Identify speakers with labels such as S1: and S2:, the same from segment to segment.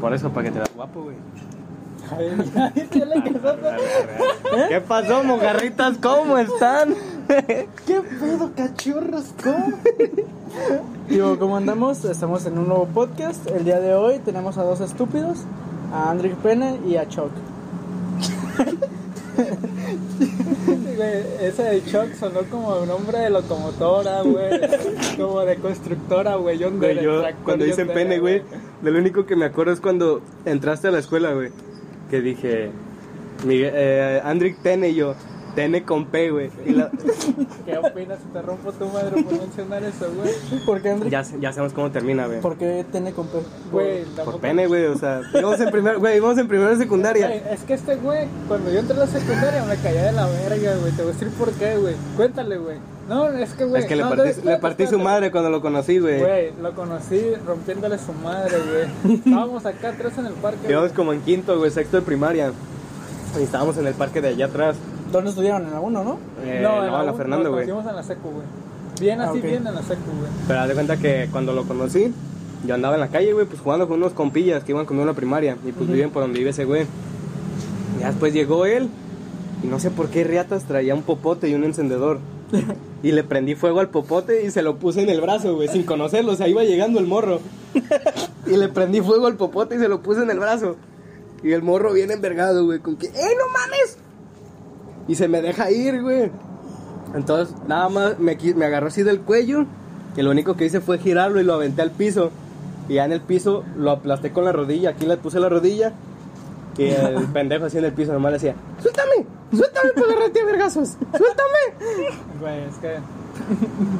S1: Por eso, para que te veas guapo, güey.
S2: ¿Qué pasó, mojarritas? ¿Cómo están?
S3: ¿Qué pedo, cachorros? ¿Cómo? Digo, ¿cómo andamos? Estamos en un nuevo podcast. El día de hoy tenemos a dos estúpidos, a Andrick Pena y a Chuck. Güey, Ese de Chuck sonó como nombre de locomotora, güey. Como de constructora, güey. John
S2: Güey,
S3: Deere,
S2: yo,
S3: tractor,
S2: cuando
S3: John
S2: dicen
S3: Deere,
S2: pene, güey, de lo único que me acuerdo es cuando entraste a la escuela, güey, que dije, Miguel, eh, Andrick Tene y yo, Tene con P, güey. Y la-
S3: ¿Qué opinas si te rompo tu madre por mencionar eso, güey? ¿Por qué, Andrick?
S2: ya, ya sabemos cómo termina, güey.
S4: ¿Por qué tiene con P?
S3: Güey,
S2: Por
S3: tampoco-
S2: pene, güey, o sea, íbamos en primero, güey, íbamos en primero de
S3: Güey,
S2: secundaria.
S3: Es que este güey, cuando yo entré a la secundaria me caía de la verga, güey. Te voy a decir por qué, güey. Cuéntale, güey. No, es que, güey.
S2: Es que le
S3: no,
S2: partí,
S3: no,
S2: le
S3: espérate,
S2: partí su
S3: espérate.
S2: madre cuando lo conocí, güey.
S3: Güey, lo conocí rompiéndole su madre, güey. Estábamos acá atrás en el parque.
S2: Íbamos como en quinto, güey, sexto de primaria. Y estábamos en el parque de allá atrás.
S4: ¿Dónde estuvieron? En alguno, ¿no?
S2: Eh,
S3: No,
S2: no,
S3: en
S2: a la
S3: U-
S2: Fernando,
S3: nos
S2: güey.
S3: conocimos en la secu, güey. Bien
S4: Ah,
S3: así,
S4: ok.
S3: bien en la secu, güey.
S2: Pero haz de cuenta que cuando lo conocí, yo andaba en la calle, güey, pues jugando con unos compillas que iban conmigo a la primaria. Y pues viven por donde vive ese güey. Ya después llegó él. Y no sé por qué Riatas traía un popote y un encendedor. Y le prendí fuego al popote y se lo puse en el brazo, güey, sin conocerlo. O sea, iba llegando el morro. Y le prendí fuego al popote y se lo puse en el brazo. Y el morro viene envergado, güey, con que, ¡eh, no mames! Y se me deja ir, güey. Entonces, nada más me, qui- me agarró así del cuello. Y lo único que hice fue girarlo y lo aventé al piso. Y ya en el piso lo aplasté con la rodilla. Aquí le puse la rodilla. Y el pendejo así en el piso nomás le decía: ¡Suéltame! ¡Suéltame para agarrarte a vergazos! ¡Suéltame!
S3: Güey, es que.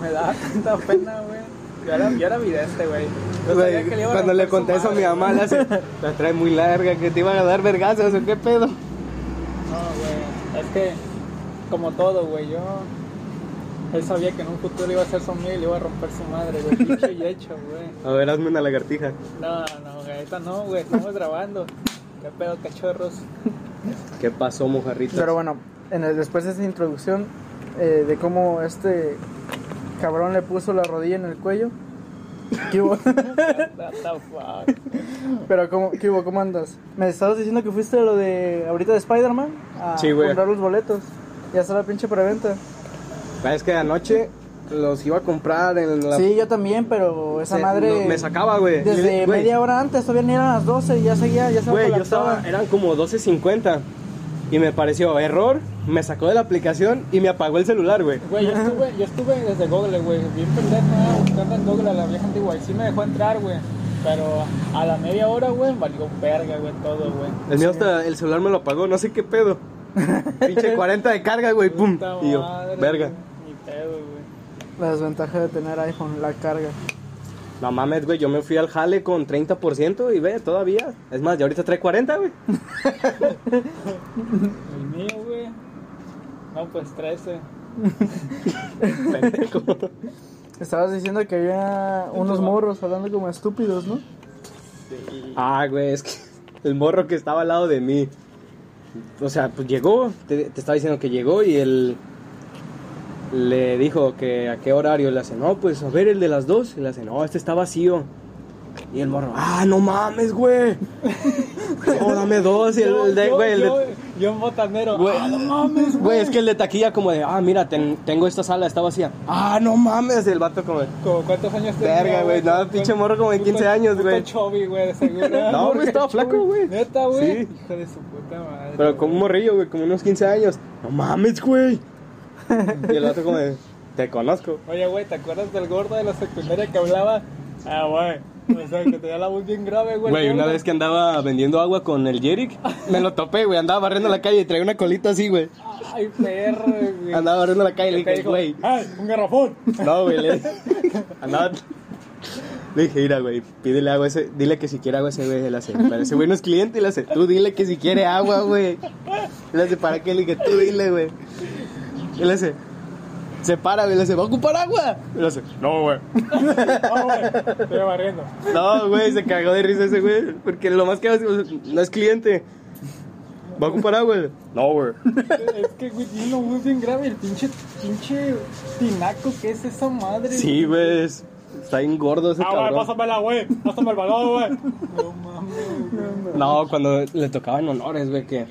S3: me daba tanta pena, güey. Yo era, yo era vidente, güey. Yo
S2: Güey,
S3: sabía que iba a
S2: cuando le
S3: romper su
S2: conté eso a mi
S3: madre,
S2: mamá, le hace: La trae muy larga, que te iban a dar vergazos, ¿o qué pedo?
S3: No, güey. Es que, como todo, güey, yo. Él sabía que en un futuro iba a ser su amigo y le iba a romper su madre, güey. Dicho y hecho, güey.
S2: A ver, hazme una lagartija.
S3: No, no, güey. Esta no, güey. Estamos grabando. ¿Qué pedo, cachorros?
S2: ¿Qué pasó, mojarrita?
S4: Pero bueno, en el- después de esta introducción eh, de cómo este cabrón le puso la rodilla en el cuello. ¿Qué hubo?
S3: What the fuck?
S4: Pero ¿cómo, qué hubo? ¿Cómo andas? Me estabas diciendo que fuiste a lo de ahorita de Spider-Man a
S2: Sí, güey.
S4: comprar los boletos. Ya está la pinche preventa.
S2: Ah, Es que anoche los iba a comprar en la.
S4: Sí, yo también, pero esa
S2: Se-
S4: madre
S2: no, me sacaba, güey.
S4: Desde
S2: Güey.
S4: media hora antes, todavía ni eran las 12 y ya seguía, ya se
S2: Güey, yo
S4: colapsaba.
S2: estaba, eran como 12.50 y me pareció error, me sacó de la aplicación y me apagó el celular, güey.
S3: Güey, yo estuve, yo estuve desde Google, güey. Bien pendejo, ¿eh? buscando en Google a la vieja antigua. Y sí me dejó entrar, güey. Pero a la media hora, güey, valió verga, güey, todo, güey.
S2: El mío hasta el celular me lo apagó, no sé qué pedo. Pinche 40 de carga, güey, pum.
S3: Puta
S2: Y yo,
S3: madre,
S2: verga.
S3: güey. Ni pedo, güey.
S4: La desventaja de tener iPhone, la carga.
S2: No mames, güey, yo me fui al jale con 30% y ve, todavía. Es más, ya ahorita trae 40, güey.
S3: El mío, güey. No, pues 13.
S2: Pendejo.
S4: Estabas diciendo que había unos morros hablando como estúpidos, ¿no?
S2: Ah, güey, es que el morro que estaba al lado de mí. O sea, pues llegó, te, te estaba diciendo que llegó y él le dijo que a qué horario. Le hace, no, pues a ver el de las dos. Y le hace, no, este está vacío. Y el morro, ah, no mames, güey. No, dame dos. Y el, el de,
S3: yo,
S2: güey, el de-
S3: yo, yo en botanero.
S2: Güey,
S3: Ah, no mames, güey.
S2: güey, es que el de taquilla como de, ah, mira, ten- tengo esta sala, está vacía. Ah, no mames, el vato como de,
S3: Como, ¿Cuántos años
S2: Verga, güey, no,
S3: Como-
S2: pinche morro como de
S3: puto-
S2: 15 años,
S3: puto
S2: güey.
S3: chubby, güey, de seguro.
S2: No, güey, estaba flaco, güey.
S3: Neta, güey.
S2: Sí.
S3: Hijo de su puta madre.
S2: Pero como un morrillo, güey, como unos 15 años. No mames, güey. Y el otro como de, te conozco.
S3: Oye, güey, ¿te acuerdas del gordo de la secundaria que hablaba? Ah, güey. O sea, que tenía la voz bien grave, güey.
S2: Güey,
S3: el
S2: una
S3: gordo.
S2: vez que andaba vendiendo agua con el Jeric, me lo topé, güey. Andaba barriendo la calle y traía una colita así, güey.
S3: Ay, perro, güey.
S2: Andaba barriendo la calle y le
S3: Te
S2: dije,
S3: dijo,
S2: güey.
S3: ¡Ay, un garrafón!
S2: No, güey. Le... Andaba... Le dije, mira, güey, pídele agua a ese. Dile que si quiere agua a ese güey. Le hace, pero ese güey no es cliente. Y le hace, tú dile que si quiere agua, güey. Le hace, ¿para qué? Le dije, tú dile, güey. Y le hace, se para, güey. Le hace, ¿va a ocupar agua? Y le hace, no, güey.
S3: No, güey. Estoy barriendo.
S2: No, güey, se cagó de risa ese güey. Porque lo más que hace, o sea, no es cliente. ¿Va a ocupar agua? No, güey.
S3: Es que, güey, tiene una voz bien grave. El pinche, pinche tinaco que es esa madre.
S2: Sí, güey. es- Está bien gordo ese
S5: Ah, güey,
S2: cabrón.
S5: pásame la, güey. Pásame el balón, güey.
S3: No mames.
S2: No, cuando le tocaban honores, güey, que.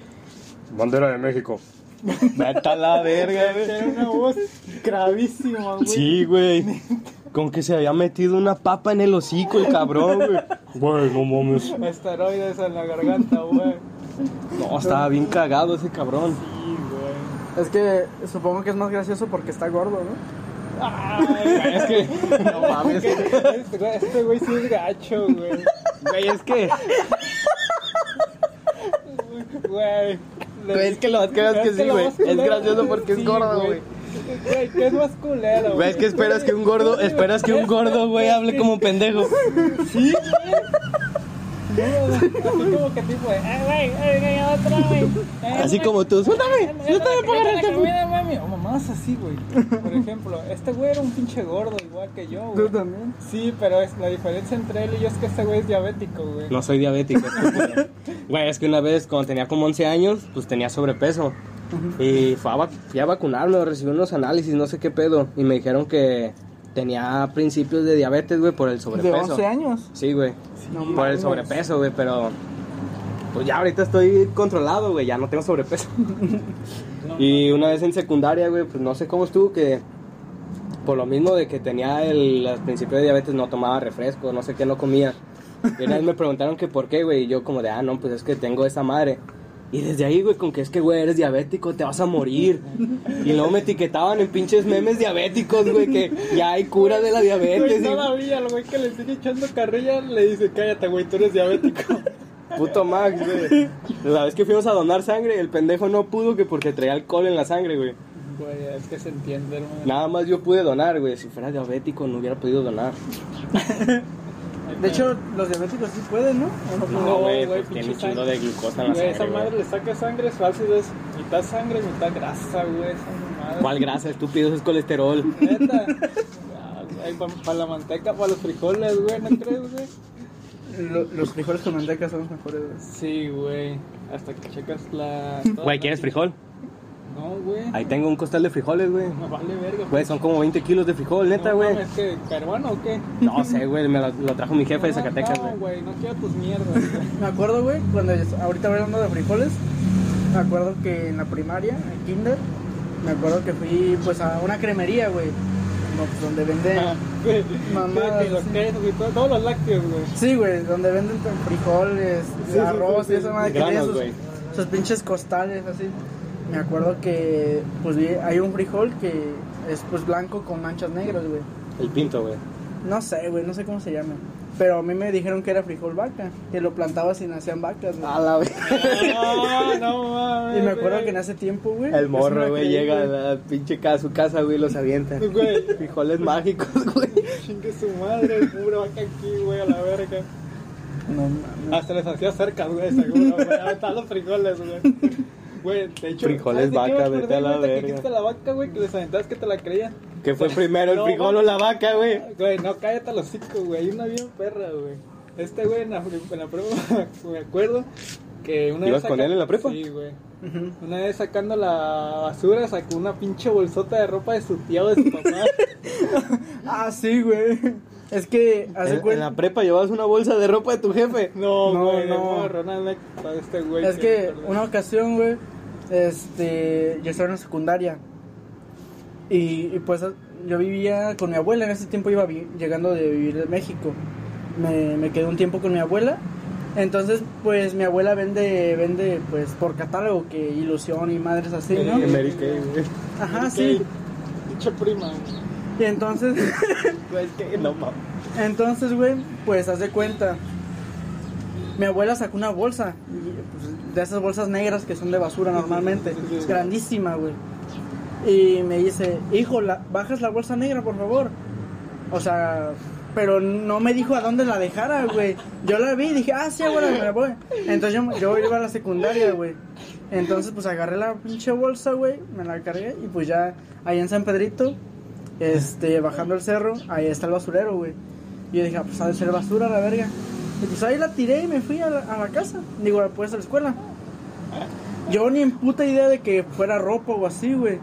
S2: Bandera de México. Vete a la verga,
S3: Era
S2: güey.
S3: una voz gravísima, güey.
S2: Sí, güey. Con que se había metido una papa en el hocico el cabrón, güey. Güey, no mames.
S3: Esteroides en la garganta, güey.
S2: No, estaba bien cagado ese cabrón.
S3: Sí, güey.
S4: Es que supongo que es más gracioso porque está gordo, ¿no?
S3: Ay,
S2: Es que. No mames.
S3: güey, este güey- Este güey sí es gacho, güey.
S2: Güey, es que.
S3: Güey.
S2: Güey, es que lo más cagado es que sí,
S3: lo
S2: güey.
S3: más culero,
S2: Es gracioso porque es
S3: sí,
S2: gordo, güey.
S3: Güey, que es más culero,
S2: Güey, es que esperas que un gordo. Esperas que un gordo, güey, hable como pendejo.
S3: Sí, güey. No, Así como que tipo de, "Eh, güey, eh, güey, otra, güey. Eh,
S2: Así
S3: güey,
S2: como tú. ¡Suéltame!
S3: eh,
S2: ¡Suéltame
S3: eh,
S2: para
S3: la
S2: arrancar!
S3: comida, mami! O mamás así, güey. Por ejemplo, este güey era un pinche gordo igual que yo, güey.
S4: Tú también.
S3: Sí, pero es, la diferencia entre él y yo es que este güey es diabético, güey.
S2: No soy diabético. estúpido. Güey, es que una vez cuando tenía como 11 años, pues tenía sobrepeso. Y fui a, vac- fui a vacunarme, recibí unos análisis, no sé qué pedo. Y me dijeron que tenía principios de diabetes, güey, por el
S4: De
S2: sobrepeso.
S4: 11 años.
S2: Sí, güey.
S4: No
S2: por el
S4: mames.
S2: sobrepeso, güey, pero... Pues ya ahorita estoy controlado, güey, ya no tengo sobrepeso. y una vez en secundaria, güey, pues no sé cómo estuvo que... Por lo mismo de que tenía el, el principio de diabetes, no tomaba refresco, no sé qué, no comía. Y una vez me preguntaron que por qué, güey, y yo como de, ah, no, pues es que tengo esa madre. Y desde ahí, güey, con que es que, güey, eres diabético, te vas a morir. Y luego me etiquetaban en pinches memes diabéticos, güey, que ya hay cura de la diabetes.
S3: Güey,
S2: y-
S3: todavía el güey que le sigue echando carrilla le dice, cállate, güey, tú eres diabético.
S2: Puto Max, güey. La vez que fuimos a donar sangre, el pendejo no pudo que porque traía alcohol en la sangre, güey.
S3: Güey, es que se entiende, hermano.
S2: Nada más yo pude donar, güey. Si fuera diabético no hubiera podido donar.
S4: De hecho, los diabéticos sí pueden, ¿no? ¿O no pueden?
S3: No, güey, pinche
S2: pues, tiene un chingo
S3: sangre.
S2: de glucosa en la
S3: Güey, esa
S2: sangre.
S3: madre
S2: güey.
S3: le saca sangre, es ácido es mitad sangre, mitad grasa, güey, esa madre.
S2: ¿Cuál grasa, estúpido? Eso es colesterol.
S3: Neta. Para la manteca, para los frijoles, güey, ¿no crees, güey?
S4: Lo- los frijoles con manteca son los mejores, güey.
S3: Sí, güey. Hasta que checas la.
S2: Güey, ¿quieres frijol?
S3: No, güey.
S2: Ahí tengo un costal de frijoles, güey.
S3: Me vale verga.
S2: Güey, son como 20 kilos de frijol, neta,
S3: No
S2: güey.
S3: mames, ¿qué? ¿Peruano o qué?
S2: No sé, güey. Me lo, lo trajo mi jefe de
S3: No,
S2: Zacatecas,
S3: No,
S2: güey.
S3: güey, no quiero tus mierdas, güey.
S4: Me acuerdo, güey, cuando yo- ahorita hablando de frijoles, me acuerdo que en la primaria, en kinder, me acuerdo que fui pues a una cremería, güey, no, pues, donde venden,
S3: Güey,
S4: Mamadas,
S3: que los
S4: sí.
S3: quesos y todo- todos los lácteos, güey.
S4: sí, güey, donde venden tan- frijoles,
S3: Sí, sí,
S4: arroz
S3: sí,
S4: y
S3: sí.
S4: esa madre que
S2: Granos,
S4: tiene sus,
S2: güey.
S4: sus pinches costales, así. Me acuerdo que pues vi- hay un frijol que es pues blanco con manchas negras, güey.
S2: El pinto, güey.
S4: No sé, güey, no sé cómo se llama. Pero a mí me dijeron que era frijol vaca, que lo plantaba sin hacían vacas, güey.
S2: la vez.
S3: No, no mames.
S4: Y me acuerdo que en ese tiempo, güey.
S2: El
S4: es una
S2: morro, güey,
S4: creí,
S2: llega a
S4: güey.
S2: la pinche casa, su casa, güey, y los avienta.
S3: Güey.
S2: Frijoles mágicos, güey.
S3: Chingue su madre, pura vaca aquí, güey, a la verga.
S4: No mames.
S3: Hasta les hacía cerca, güey, seguro, güey. Estaban los frijoles, güey. Güey, de hecho.
S2: Frijoles
S3: ¿sabes de qué
S2: vaca,
S3: me acordé,
S2: vete a la
S3: güey? Ahorita
S2: verga.
S3: Que quitaste la vaca, güey, que les aventabas que te la creían.
S2: ¿Qué
S4: Pues,
S2: fue primero, el
S3: No,
S2: frijol o la vaca, güey?
S3: Güey, no, cállate los hocico, güey. Hay una bien perra, güey. Este güey en la, pri- en la prepa, me acuerdo que una
S2: ¿Ibas
S3: vez.
S2: con él en la prepa?
S3: Sí, güey. Una vez sacando la basura, sacó una pinche bolsota de ropa de su tía o de su papá.
S4: Ah, sí, güey. Es que,
S2: En,
S4: hace
S2: en la
S4: cuenta.
S2: prepa llevabas una bolsa de ropa de tu jefe.
S3: No,
S4: No,
S3: güey, no.
S4: no.
S3: morro, una anécdota de este güey.
S4: Es
S3: me
S4: que
S3: acordé.
S4: una ocasión, güey, este, yo estaba en la secundaria. Y, y, pues yo vivía con mi abuela, en ese tiempo iba vi- llegando de vivir de México. Me, me quedé un tiempo con mi abuela. Entonces, pues mi abuela vende, vende, pues por catálogo, que ilusión y madres así,
S2: Eh,
S3: Sí,
S4: ¿no?
S3: que me-
S2: Mary Kay, güey.
S4: Ajá,
S3: Ok,
S4: sí.
S3: Pinche prima, güey.
S4: Y entonces.
S3: Güey,
S2: Pues,
S3: es que no mames.
S4: Entonces, güey, pues haz de cuenta. Mi abuela sacó una bolsa, y, pues, de esas bolsas negras que son de basura normalmente,
S3: Sí, sí, sí.
S4: grandísima, güey. Y me dice, hijo, la- bajas la bolsa negra, por favor. O sea, pero no me dijo a dónde la dejara, güey. Yo la vi y dije, ah, sí, abuela, me la voy. Entonces yo, yo iba a la secundaria, güey. Entonces, pues agarré la pinche bolsa, güey, me la cargué y pues ya, ahí en San Pedrito, este, bajando el cerro, ahí está el basurero, güey. Y yo dije, ah, pues ha de ser basura la verga. Y pues ahí la tiré y me fui a la, a la casa. Digo, pues a la escuela. Yo ni en puta idea de que fuera ropa o así, güey.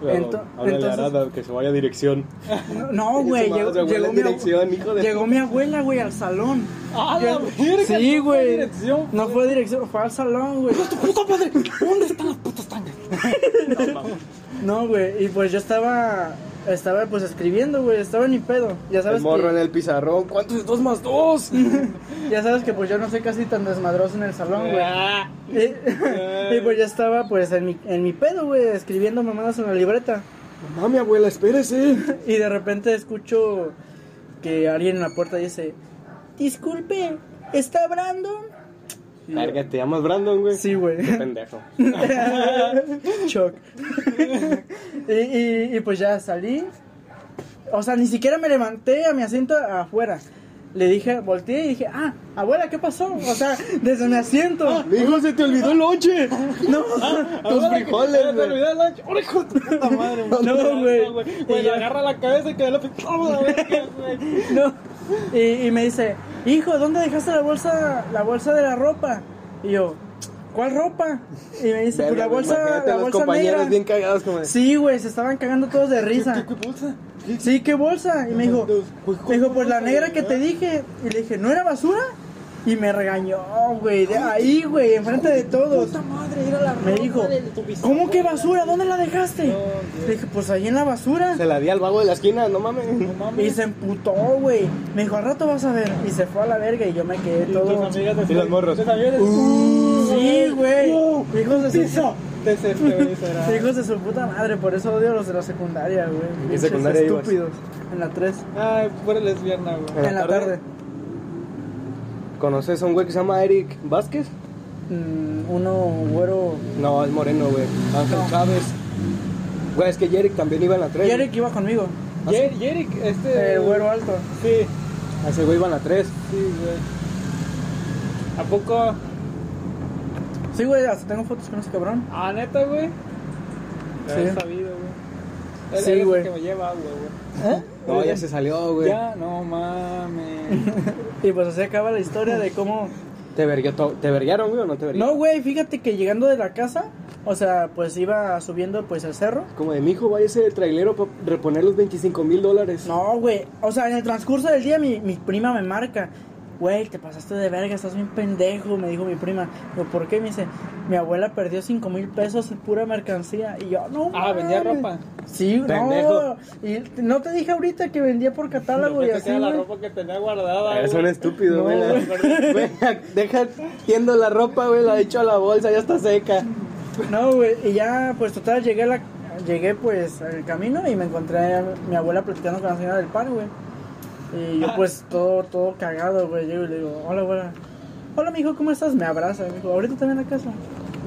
S2: Claro,
S4: Ento-
S2: háblale a
S4: entonces-
S2: Arada, que se vaya a dirección.
S4: No, No, güey,
S2: Esa madre
S4: llegó,
S2: se vuela
S4: llegó
S2: en
S4: mi
S2: dirección,
S4: abuela,
S2: hijo de
S4: llegó mi abuela, güey, al salón.
S3: ¡Ah, la
S4: Yo-
S3: verga!
S4: sí,
S3: no fue
S4: güey.
S3: dirección.
S4: No fue dirección, fue al salón, güey.
S3: ¡Puta madre! ¿Dónde están las putas tangas?
S4: No, güey, y pues yo estaba, estaba pues escribiendo, güey, estaba en mi pedo. Ya sabes
S2: El morro
S4: que,
S2: en el pizarrón. ¿Cuánto es dos más dos?
S4: ya sabes que pues yo no soy casi tan desmadroso en el salón, güey.
S3: Ah,
S4: Y, y, pues ya estaba pues en mi, en mi pedo, güey, escribiendo mamadas en la libreta.
S2: Mamá, mi abuela, espérese.
S4: Y de repente escucho que alguien en la puerta dice, disculpe, ¿está Brandon? Y yo,
S2: Verga, ¿te llamas Brandon, güey?
S4: Sí, güey.
S2: Qué pendejo.
S4: Choc. y, y- y pues ya salí. O sea, ni siquiera me levanté a mi asiento afuera. Le dije, volteé y dije, ah, abuela, ¿qué pasó? O sea, desde mi asiento.
S3: Ah,
S2: Mi hijo, se te olvidó el lonche. Ah,
S4: No,
S2: Tus frijoles,
S3: ¡Me
S2: güey.
S3: olvidé el ancho! ¡Ahora hijo de tu puta madre!
S4: No, güey.
S3: Güey,
S4: Y
S3: le
S4: ya-
S3: agarra la cabeza y queda la pistola, güey.
S4: no. Y, y me dice, hijo, ¿dónde dejaste la bolsa, la bolsa de la ropa? Y yo, ¿cuál ropa? Y me dice, pues
S2: Verga,
S4: la
S2: güey,
S4: bolsa,
S2: imagínate
S4: la
S2: a los
S4: bolsa
S2: compañeros
S4: negra.
S2: bien cagados como de,
S4: Sí, güey, se estaban cagando todos de risa.
S3: ¿Qué bolsa?
S4: Sí, ¿qué bolsa? Y me dijo, me dijo, pues la negra que te dije. Y le dije, ¿no era basura? Y me regañó, güey, de ahí, güey, enfrente de todos.
S3: madre! Era la
S4: Me dijo, ¿cómo que basura? ¿Dónde la dejaste? Le dije, pues ahí en la basura.
S2: Se la di al vago de la esquina, no mames.
S4: Y se emputó, güey. Me dijo, al rato vas a ver. Y se fue a la verga y yo me quedé
S3: Y tus
S4: todo. Uh.
S3: amigas
S2: Y los morros.
S3: Tus amigas
S4: Sí, güey. Hijos de su...
S3: Desesperadas.
S4: Hijos de su puta madre, por eso odio a los de la secundaria, güey.
S2: ¿En qué
S4: Pinches
S2: secundaria ibas?
S4: Estúpidos. En la 3.
S3: Ay, fuera lesbiana, güey.
S2: ¿En la
S4: En la
S2: tarde?
S4: tarde.
S2: ¿Conoces a un güey que se llama Eric Vázquez?
S4: Mm, uno güero.
S2: No, es moreno, güey. Ángel Chávez. Güey, es que Eric también iba en la 3.
S4: Yerek iba conmigo.
S3: Yer- Yerick, este.
S4: El Eh, güero alto.
S3: Sí,
S2: A ese güey iban a 3.
S3: sí, güey. ¿A poco?
S4: Sí, güey, hasta tengo fotos con ese cabrón.
S3: ¿A Ah, neta, güey? Ya
S4: Sí.
S3: he sabido, güey. Él-
S4: Sí,
S3: él es el
S4: güey.
S3: que me lleva agua, güey.
S2: No, ya se salió, güey.
S3: Ya, no mames.
S4: Y pues así acaba la historia de cómo.
S2: ¿Te, verguió to- ¿Te verguearon, güey, o no te verguearon?
S4: No, güey, fíjate que llegando de la casa, o sea, pues iba subiendo pues el cerro.
S2: Como de mi hijo, vaya ese trailero para reponer los 25 mil dólares.
S3: Pues,
S4: No, güey, o sea, en el transcurso del día mi, mi prima me marca. Güey, te pasaste de verga, estás bien pendejo, me dijo mi prima. Yo, ¿por qué? Me dice, mi abuela perdió 5 mil pesos en pura mercancía. Y yo, no,
S3: Ah, vendía
S4: mames".
S3: ropa.
S4: Sí,
S2: Pendejo.
S4: no. Y no te dije ahorita que vendía por catálogo y
S3: Pensé
S4: así.
S3: que era la
S4: güey.
S3: ropa que tenía guardada.
S2: Eres
S3: güey.
S2: un Ah, estúpido,
S4: No,
S2: güey. la- Güey, deja tiendo la ropa, güey, la echo a la bolsa, ya está seca.
S4: No, güey, y ya, pues total, llegué a la, llegué pues al camino y me encontré a mi abuela platicando con la señora del pan, güey. Y yo pues todo, todo cagado, güey, llego y le digo, hola abuela, hola mijo, ¿cómo estás? Me abraza, me dijo, ahorita también a la casa.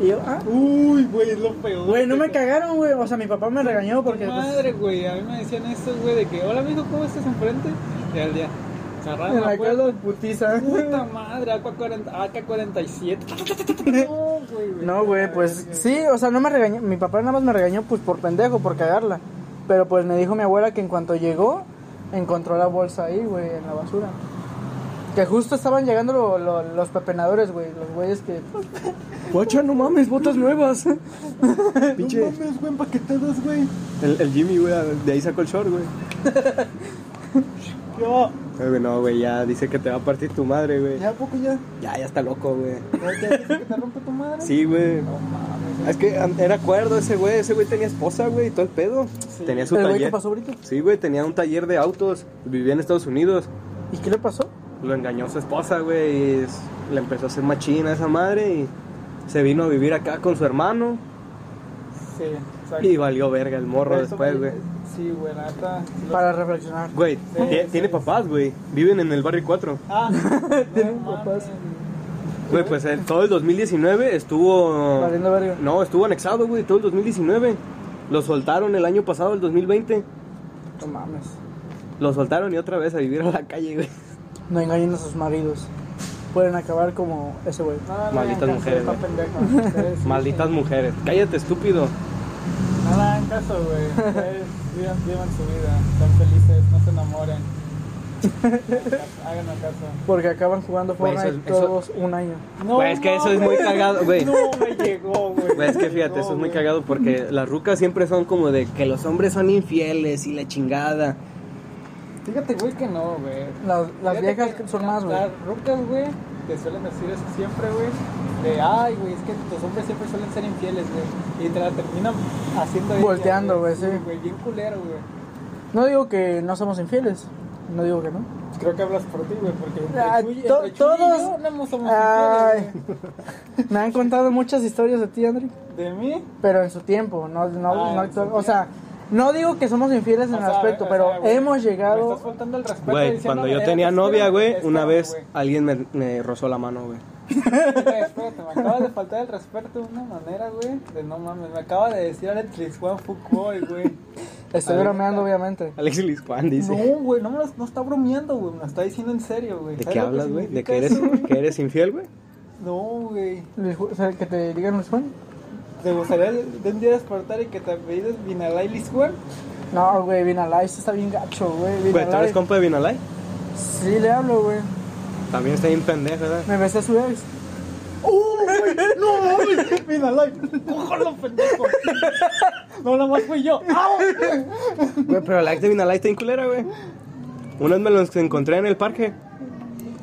S4: Y yo, ah,
S3: Uy, güey, es lo peor.
S4: güey, no me
S3: cagué
S4: cagaron, güey, o sea, mi papá me regañó porque pues,
S3: Madre, güey, a mí me decían eso, güey, de que, hola, mijo, ¿cómo estás enfrente? Y al día, cerrado.
S4: en la casa putiza.
S3: Puta madre, AK-40 AK-47. No, güey, güey.
S4: No, güey, pues sí, o sea, no me regañó, mi papá nada más me regañó pues por pendejo, por cagarla. Pero pues me dijo mi abuela que en cuanto llegó, encontró la bolsa ahí, güey, en la basura. Que justo estaban llegando lo- lo- los pepenadores, güey, los güeyes que...
S2: Guacha, no mames, botas nuevas. Pinche.
S3: mames, güey, empaquetadas, güey.
S2: El, el Jimmy, güey, de ahí sacó el short, güey.
S3: Yo,
S2: Ay, güey, No, güey, ya dice que te va a partir tu madre, güey.
S3: ¿ya a poco ya?
S2: Ya, ya está loco, güey.
S3: ¿Ya te haces que te rompe tu madre?
S2: Sí, güey. Es que an- era cuerdo ese güey, ese güey tenía esposa, güey, y todo el pedo. Tenía su
S4: ¿El güey
S2: taller.
S4: que pasó ahorita?
S2: Sí, güey, tenía un taller de autos. Vivía en Estados Unidos.
S4: ¿Y qué le pasó?
S2: Lo engañó su esposa, güey, y es- le empezó a hacer machina a esa madre y se vino a vivir acá con su hermano
S3: Sí, exacto.
S2: y valió verga el morro
S3: Eso,
S2: después, güey.
S3: Sí, güey, la neta. sí lo-
S4: Para reflexionar.
S2: Güey,
S3: Sí,
S2: tie-
S3: sí.
S2: tiene papás, güey. Viven en el barrio 4.
S3: Ah,
S4: Tienen
S3: no
S4: papás.
S3: mames.
S2: Güey, pues el- todo el 2019 estuvo...
S4: Valiendo verga.
S2: No, estuvo anexado, güey, todo el 2019. Lo soltaron el año pasado, el 2020.
S4: No mames.
S2: Lo soltaron y otra vez a vivir a la calle, güey.
S4: No engañen a sus maridos. Pueden acabar como ese güey.
S3: Nada, no
S2: Malditas
S3: hagan caso,
S2: mujeres,
S3: está
S2: güey.
S3: pendejo. Ustedes sí,
S2: Malditas mujeres. Cállate, estúpido.
S3: Nada, en caso, güey. Ustedes Vivan, vivan su vida, sean felices, no se enamoren. Háganos caso.
S4: Porque acaban jugando
S2: Güey, eso
S4: Fortnite
S2: es- eso-
S4: todos un año.
S3: No,
S2: Güey, es que eso es muy
S3: mames.
S2: cagado, güey.
S3: No, me llegó, güey.
S2: Güey, es que
S3: Me
S2: fíjate,
S3: llegó,
S2: eso es muy
S3: güey.
S2: cagado porque las rucas siempre son como de que los hombres son infieles y la chingada.
S3: Fíjate, güey, que no, güey.
S4: Las, las
S3: Fíjate
S4: viejas
S3: que
S4: son más, güey.
S3: Las rucas, güey, te suelen decir eso siempre, güey. De, ay, güey, es que los hombres siempre suelen ser infieles, güey. Y te la terminan haciendo... ella,
S4: Volteando, güey, sí.
S3: güey, bien culero, güey.
S4: No digo que no somos infieles. No digo que no.
S3: Pues Creo que hablas por ti, güey, porque entre
S4: Ah,
S3: Chuy-
S4: to-
S3: entre Chuy y
S4: todos-
S3: yo no hemos- somos
S4: Ay.
S3: infieles, güey.
S4: Me han contado muchas historias de ti, Andri.
S3: ¿De mí?
S4: Pero en su tiempo, no, no,
S3: Ah,
S4: no
S3: en su
S4: actual- O sea, no digo que somos infieles en
S3: O
S4: el
S3: sea,
S4: aspecto,
S3: o
S4: pero
S3: sea, güey,
S4: hemos
S3: me
S4: llegado.
S3: estás faltando el respeto
S2: Güey,
S3: diciendo,
S2: cuando yo
S3: eh,
S2: tenía
S3: espérame,
S2: novia, güey, una
S3: espérame,
S2: vez
S3: güey.
S2: alguien me, me rozó la mano, güey.
S3: Espérate, me acaba de faltar el respeto de una manera, güey. De no mames, me acaba de decir Alex Juan Foucault, güey.
S4: Estoy
S2: A ver.
S4: bromeando, obviamente.
S2: Alexis Liscuán dice.
S3: No, güey, no, me lo- no está bromeando, güey. Me lo está diciendo en serio, güey.
S2: ¿De
S3: ¿Sabes
S2: qué
S3: lo que
S2: hablas, güey? ¿De
S3: significa
S2: que eres,
S3: eso, güey?
S2: que eres infiel, güey?
S3: No, güey.
S4: Luis Ju- o sea, Que te digan Luis Juan.
S3: ¿Te gustaría de un día despertar y que te apellides Vinalay Liscuán?
S4: No, güey, Vinalay, sí está bien gacho, güey.
S2: Güey, ¿tú eres
S4: Vinalay.
S2: compa de Vinalay?
S4: Sí, le hablo, güey.
S2: También está bien pendeja, ¿verdad?
S4: Me besé a su ex.
S3: ¡No, güey! Vinalay. ¡Cójalo, pendejo! No, nada más fui yo. ¡Au!
S2: Güey, pero la ex de Vinalay está en culera, güey. Una vez me los encontré en el parque.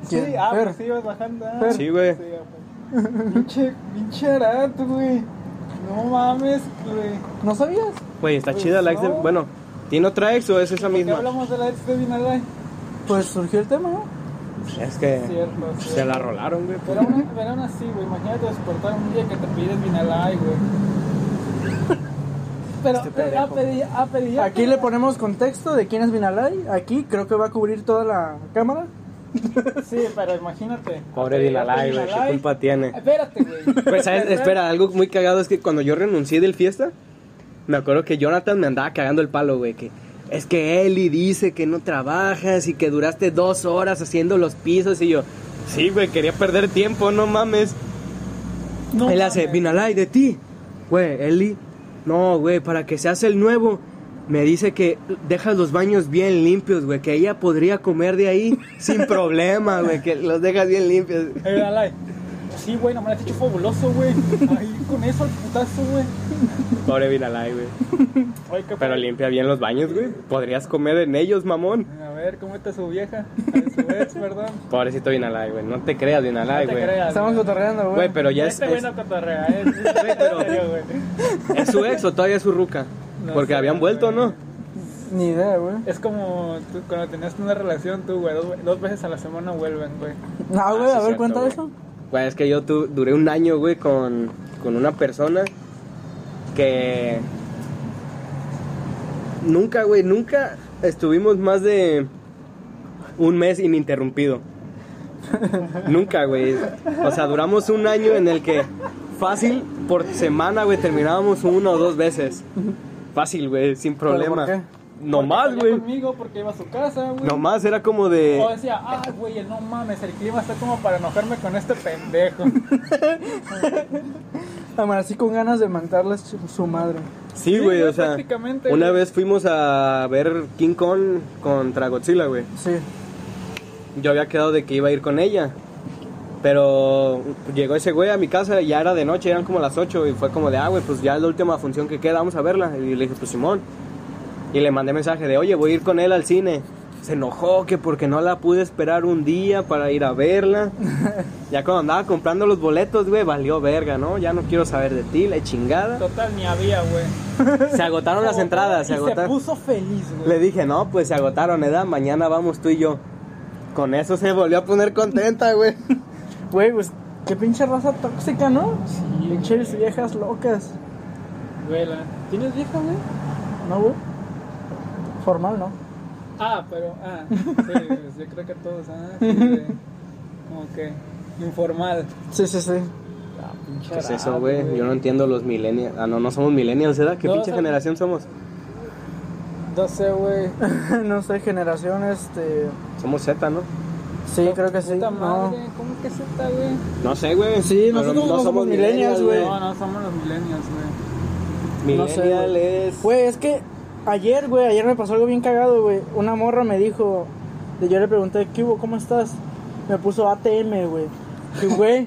S3: Sí,
S4: ¿Quién?
S3: ah,
S4: Fer.
S3: pues sí, ibas bajando. ah.
S4: Fer.
S2: Sí, güey.
S3: ah, pues. Pinche, pinche arato, güey. No mames, güey.
S4: ¿No sabías?
S2: Güey, está
S3: Pues
S2: chida la ex de...
S3: no.
S2: Bueno, ¿tiene otra ex o es esa
S3: ¿Por qué
S2: misma?
S3: hablamos de la ex de Vinalay?
S4: Pues surgió el tema, ¿no?
S2: Es
S4: Eh,
S2: que
S3: Cierto,
S4: pues,
S3: sí.
S2: se la rolaron, güey.
S3: Pero aún, pero aún así, güey, imagínate despertar un día que te pides Vinalay, güey. Pero eh, a pedir, a pedir.
S4: Este Aquí le ponemos contexto de quién es Vinalay. Aquí creo que va a cubrir toda la cámara.
S3: Sí, pero imagínate. Ah,
S2: Pobre Vinalay, güey, ¿qué culpa tiene?
S3: Espérate, güey.
S2: Pues, ¿sabes? Espera, algo muy cagado es que cuando yo renuncié del fiesta, me acuerdo que Jonathan me andaba cagando el palo, güey, que es que Eli dice que no trabajas y que duraste dos horas haciendo los pisos y yo, sí, güey, quería perder tiempo, no mames.
S3: No
S2: Él hace,
S3: mames.
S2: Vinalay, de ti. Güey, Eli, no, güey, para que seas el nuevo, me dice que dejas los baños bien limpios, güey, que ella podría comer de ahí sin problema, güey, que los dejas bien limpios.
S3: Eh, Vinalay. Sí, güey, no me lo has hecho fabuloso, güey. Ahí con eso al putazo, güey.
S2: Pobre Vinalay, güey.
S3: Ay, qué
S2: Pero
S3: padre.
S2: limpia bien los baños, güey. Podrías comer en ellos, mamón.
S3: A ver, ¿cómo está su vieja? A ver, su ex, perdón.
S2: Pobrecito Vinalay, güey. No te creas, Vinalay,
S3: No te
S2: güey.
S3: creas,
S4: Estamos
S3: güey.
S4: cotorreando,
S2: Güey,
S4: güey.
S2: pero ya es,
S3: Este güey
S2: es,
S3: no cotorrea, es, es,
S2: pero-
S3: serio, güey.
S2: ¿es su ex o todavía es su ruca.
S3: No
S2: Porque
S3: sé,
S2: habían vuelto,
S3: güey.
S2: ¿no?
S4: Ni idea, güey.
S3: Es como tú, cuando tenías una relación, tú, güey, dos, dos veces a la semana vuelven, güey.
S4: No, güey,
S2: Ah, sí,
S4: a ver,
S2: cierto,
S4: cuenta
S2: güey.
S4: eso.
S2: Güey, es que yo tu- duré un año, güey, con, con una persona que. Nunca, güey, nunca estuvimos más de un mes ininterrumpido. nunca, güey. O sea, duramos un año en el que fácil por semana, güey, terminábamos una o dos veces. Fácil, güey, sin
S4: ¿Pero por
S2: problema.
S4: qué?
S2: No más,
S3: Salía
S2: güey.
S3: conmigo porque iba a su casa, güey.
S2: No más, era como de.
S4: Oh,
S3: O decía, ah, güey, no mames, el clima está como para enojarme con este pendejo.
S4: Amanecí con ganas de mantarles su- su madre.
S2: Sí,
S3: Sí,
S2: güey,
S3: güey,
S2: o sea,
S3: prácticamente,
S2: una
S3: güey.
S2: vez fuimos a ver King Kong contra Godzilla, güey.
S4: Sí.
S2: Yo había quedado de que iba a ir con ella. Pero llegó ese güey a mi casa, ya era de noche, eran como las 8 y fue como de, ah, güey, pues ya es la última función que queda, vamos a verla. Y le dije, pues Simón. Y le mandé mensaje de, oye, voy a ir con él al cine. Se enojó que porque no la pude esperar un día para ir a verla. ya cuando andaba comprando los boletos, güey, valió verga, ¿no? Ya no quiero saber de ti, la chingada.
S3: Total, ni había, güey.
S2: Se agotaron las entradas, se
S3: Y se
S2: agotaron.
S3: puso feliz, güey.
S2: Le dije, no, pues se agotaron, edad, mañana vamos tú y yo. Con eso se volvió a poner contenta, güey.
S4: Güey, pues qué pinche raza tóxica, ¿no? Pinches viejas locas.
S3: Güey, la- ¿Tienes vieja, güey?
S4: ¿No, güey? Formal, ¿no?
S3: Ah, pero, ah, sí, pues, yo creo que todos, ah, sí, güey. Como que informal.
S4: Sí, sí, sí.
S3: Pinche
S2: ¿Qué es
S3: rata,
S2: eso, güey? Yo no entiendo los millennials. Ah, no, no somos millennials, ¿verdad? ¿Qué
S3: No,
S2: pinche
S3: somos-
S2: generación somos?
S3: No sé, güey.
S4: no sé, generación, este...
S2: Somos Z, ¿no?
S4: Sí, creo que sí.
S3: Puta
S4: No.
S3: madre, ¿cómo que se está, güey?
S2: No sé, güey.
S4: Sí,
S2: Pero
S4: nosotros no somos millennials, güey.
S3: No, no, somos los millennials, güey.
S4: No sé, güey. Pues-
S2: Millennial es...
S4: Güey, es que ayer, güey, ayer me pasó algo bien cagado, güey. Una morra me dijo, Yo le pregunté, ¿qué hubo? ¿Cómo estás? Me puso ATM, güey. Que, güey,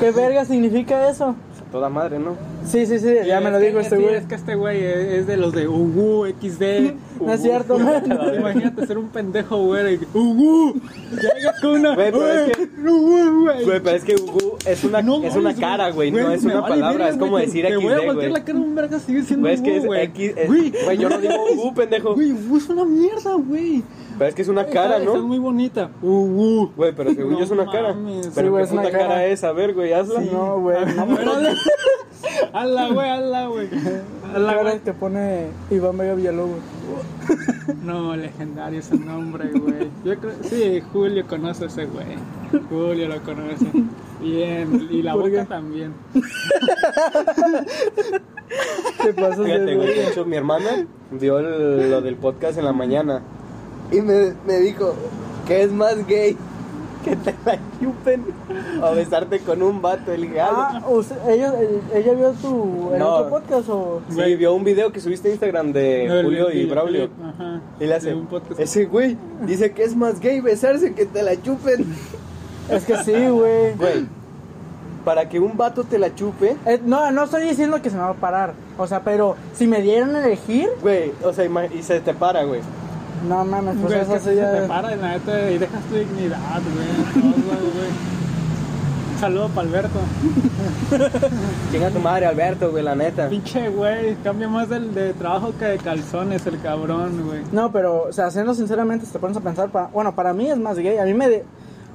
S4: ¿qué verga significa eso?
S2: Toda madre, ¿no?
S4: Sí, sí, sí, ya
S3: Y
S4: me
S3: es
S4: lo
S3: que-
S4: dijo este
S3: sí,
S4: güey.
S3: Es que este güey es, es de los de Ugu, XD.
S4: No es cierto,
S3: güey.
S4: man.
S3: Imagínate ser un pendejo, güey. y que, Ugu, llegas con una.
S2: Güey, pero es que-
S3: Ugu, güey.
S2: Güey, pero es que Ugu es una,
S3: No
S2: es una
S3: mames,
S2: cara, güey, no es
S3: me
S2: una
S3: vale
S2: palabra,
S3: verga,
S2: es como
S3: güey, te-
S2: decir
S3: Te voy a
S2: XD,
S3: voltear
S2: güey.
S3: la cara un verga, sigue siendo
S2: Güey, es que
S3: Ugu,
S2: es X, es-
S3: Güey,
S2: güey, yo no digo Ugu, pendejo.
S3: Güey, Ugu es una mierda, güey.
S2: Pero es que es una cara,
S3: Esa- esa
S2: ¿no?
S3: es muy bonita. Ugu.
S2: Güey, pero según yo es una
S3: No
S2: cara.
S3: mames,
S2: Pero
S4: sí, güey,
S2: qué
S4: es una
S2: puta cara.
S4: cara.
S2: es, a ver, güey, hazla.
S4: No, güey. No,
S3: Ala, güey, ala, güey. Ala, güey.
S4: ahora te pone Iván Vega Villalobos.
S3: No, legendario ese nombre, güey. Yo creo, sí, Julio conoce a ese güey. Julio lo conoce. Bien, y la
S4: ¿Por
S3: boca
S4: qué?
S3: también.
S4: ¿Qué pasa,
S2: Fíjate, güey,
S4: güey?
S2: de hecho, mi hermana dio el- lo del podcast en la mañana y me, me dijo que es más gay que te la chupen o besarte con un vato. el dije, "Ah,
S4: Ah, usted, ella, ella vio tu el
S2: No.
S4: otro podcast o.
S2: Sí,
S3: Güey.
S2: vio un video que subiste a Instagram de
S3: No, el-
S2: Julio
S3: el-
S2: y
S3: el-
S2: Braulio.
S3: Ajá.
S2: Y le hace,
S3: De un podcast.
S2: ese güey dice que es más gay besarse que te la chupen.
S4: Es que sí, güey.
S2: Güey, para que un vato te la chupe,
S4: Eh, no, no estoy diciendo que se me va a parar. O sea, pero si me dieran a elegir,
S2: güey, o sea, ima- y se te para, güey.
S4: no mames, pues
S3: Güey, es
S4: eso
S3: que
S4: sí
S3: se te
S4: ya.
S3: para en la neta y dejas tu dignidad, güey. todo, güey. Un saludo para Alberto.
S2: Chinga tu madre, Alberto, güey, la neta.
S3: Pinche güey, cambia más del de trabajo que de calzones el cabrón, güey.
S4: No, pero, o sea, siendo sinceramente, si te pones a pensar, pa- bueno, para mí es más gay. A mí me. de-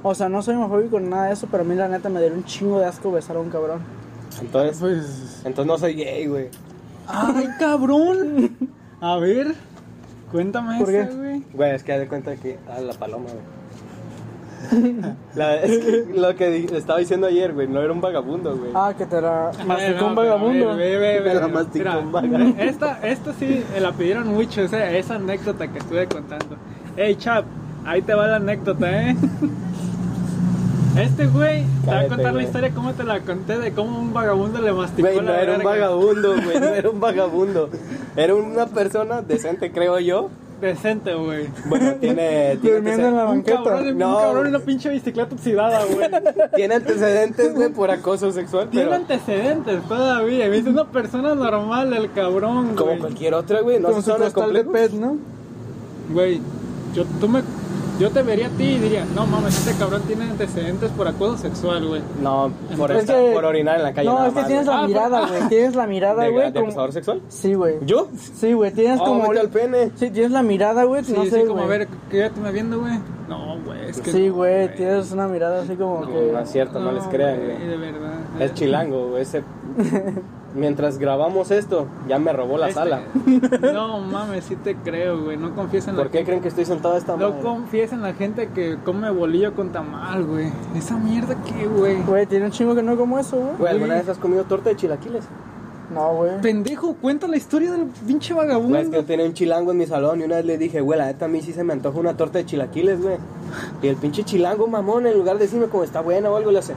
S4: o sea, no soy homofóbico ni nada de eso, pero a mí la neta me dio un chingo de asco besar a un cabrón.
S2: Entonces,
S3: Pues.
S2: entonces no soy gay, güey.
S3: ¡Ay, cabrón! A ver, cuéntame
S4: ¿Por
S3: esa,
S4: qué?
S3: güey.
S2: Güey, es que haz de cuenta que. Ah, la paloma, güey. La- es que lo que di- estaba diciendo ayer, güey, no era un vagabundo, güey.
S4: Ah, que te la masticó un
S3: no, pero a
S4: vagabundo.
S3: ver, ve, ve,
S2: Te la
S3: ve.
S2: masticó
S3: Mira,
S2: un vagabundo.
S3: Esta, esta sí eh, la pidieron mucho, esa, esa anécdota que estuve contando. Ey, chap, ahí te va la anécdota, ¿eh? Este güey, te va a
S2: Cállate,
S3: contar la
S2: güey.
S3: historia como te la conté de cómo un vagabundo le masticó
S2: Güey,
S3: la
S2: no era un
S3: verga.
S2: vagabundo, güey, no era un vagabundo. Era una persona decente, creo yo.
S3: Decente, güey.
S2: Bueno, tiene. tiene
S4: Durmiendo en la
S3: Un
S4: banqueta.
S3: cabrón, en-
S2: No.
S3: un cabrón en una pinche bicicleta oxidada, güey.
S2: Tiene antecedentes, güey, por acoso sexual,
S3: Tiene
S2: pero
S3: antecedentes todavía. Es una persona normal, el cabrón.
S2: como
S3: güey.
S2: cualquier otra, güey, no
S4: Con
S2: se
S4: su
S2: son
S4: costal de
S2: completos.
S4: pet, ¿no?
S3: Güey, yo, tú me, yo te vería a ti y diría, no mames, este cabrón tiene antecedentes por acoso sexual, güey.
S2: No, por,
S4: Es
S2: esta-
S4: que-
S2: por orinar en la calle.
S4: No,
S2: nada
S4: es que
S2: más,
S4: tienes
S2: güey.
S3: Ah,
S4: la mirada, güey. Tienes la mirada,
S2: ¿De,
S4: güey.
S2: de
S4: como-
S2: abusador sexual?
S4: Sí, güey.
S2: ¿Yo?
S4: Sí, güey. Tienes
S3: Oh,
S2: Ah,
S4: como.
S2: vete al pene.
S4: Sí, tienes la mirada, güey.
S3: Sí,
S4: no
S3: sí,
S4: sé,
S3: como
S4: güey. Pues
S3: a ver, ¿qué ya te me viendo, güey? No, güey, es que.
S4: Sí,
S3: no,
S4: güey. tienes una mirada así como que.
S2: No es cierto, no, les crean, güey.
S3: De verdad.
S2: Es chilango, güey, ese. Mientras grabamos esto, ya me robó la
S3: Este-
S2: sala.
S3: No mames, sí te creo, güey. No confíes en la
S2: ¿Por qué creen que estoy sentado a esta
S3: No
S2: madre?
S3: confíes en la gente que come bolillo con tamal, güey. Esa mierda que, güey.
S4: Güey, tiene un chingo que no como eso, güey.
S2: Güey, ¿alguna vez has comido torta de chilaquiles?
S4: No, güey.
S3: Pendejo, cuenta la historia del pinche vagabundo.
S2: Güey, es que yo tenía un chilango en mi salón y una vez le dije, güey, la neta a mí sí se me antoja una torta de chilaquiles, güey. Y el pinche chilango mamón, en lugar de decirme como está buena o algo, le hace,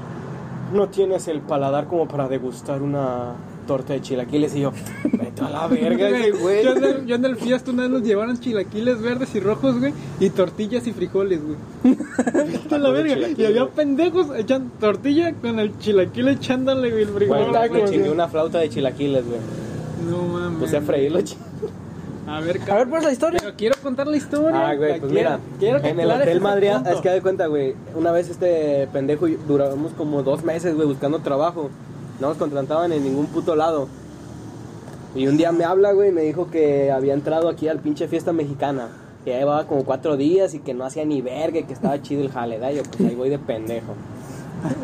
S2: no tienes el paladar como para degustar una torta de chilaquiles. Y yo, vete a la verga, ese
S3: Güey,
S2: güey.
S3: Yo, en el- yo en el fiesta una vez nos llevaron chilaquiles verdes y rojos, güey, y tortillas y frijoles, güey. Vete a la
S2: de
S3: verga.
S2: chilaquiles,
S3: Y había
S2: güey.
S3: pendejos echan tortilla con el chilaquil echándole, güey, el
S2: Güey,
S3: frijol.
S2: una vez me
S3: güey.
S2: chingué una Pues flauta de chilaquiles, güey.
S3: No mames.
S2: Puse a freír los chilaquiles.
S3: A ver,
S4: A ver,
S3: cabrón.
S4: pues la historia.
S3: Pero quiero contar la historia.
S2: Ah,
S3: La
S2: güey, pues
S3: quiero-
S2: mira,
S3: quiero que
S2: en el
S3: aclares
S2: Hotel
S3: ese
S2: Madrid,
S3: punto.
S2: es que de cuenta, güey, una vez este pendejo y yo duramos como dos meses, güey, buscando trabajo. No nos contrataban en ningún puto lado. Y un día me habla, güey, y me dijo que había entrado aquí al pinche fiesta mexicana. Que ya llevaba como cuatro días y que no hacía ni verga y que estaba chido el jale, ¿verdad? Yo, pues ahí voy de pendejo.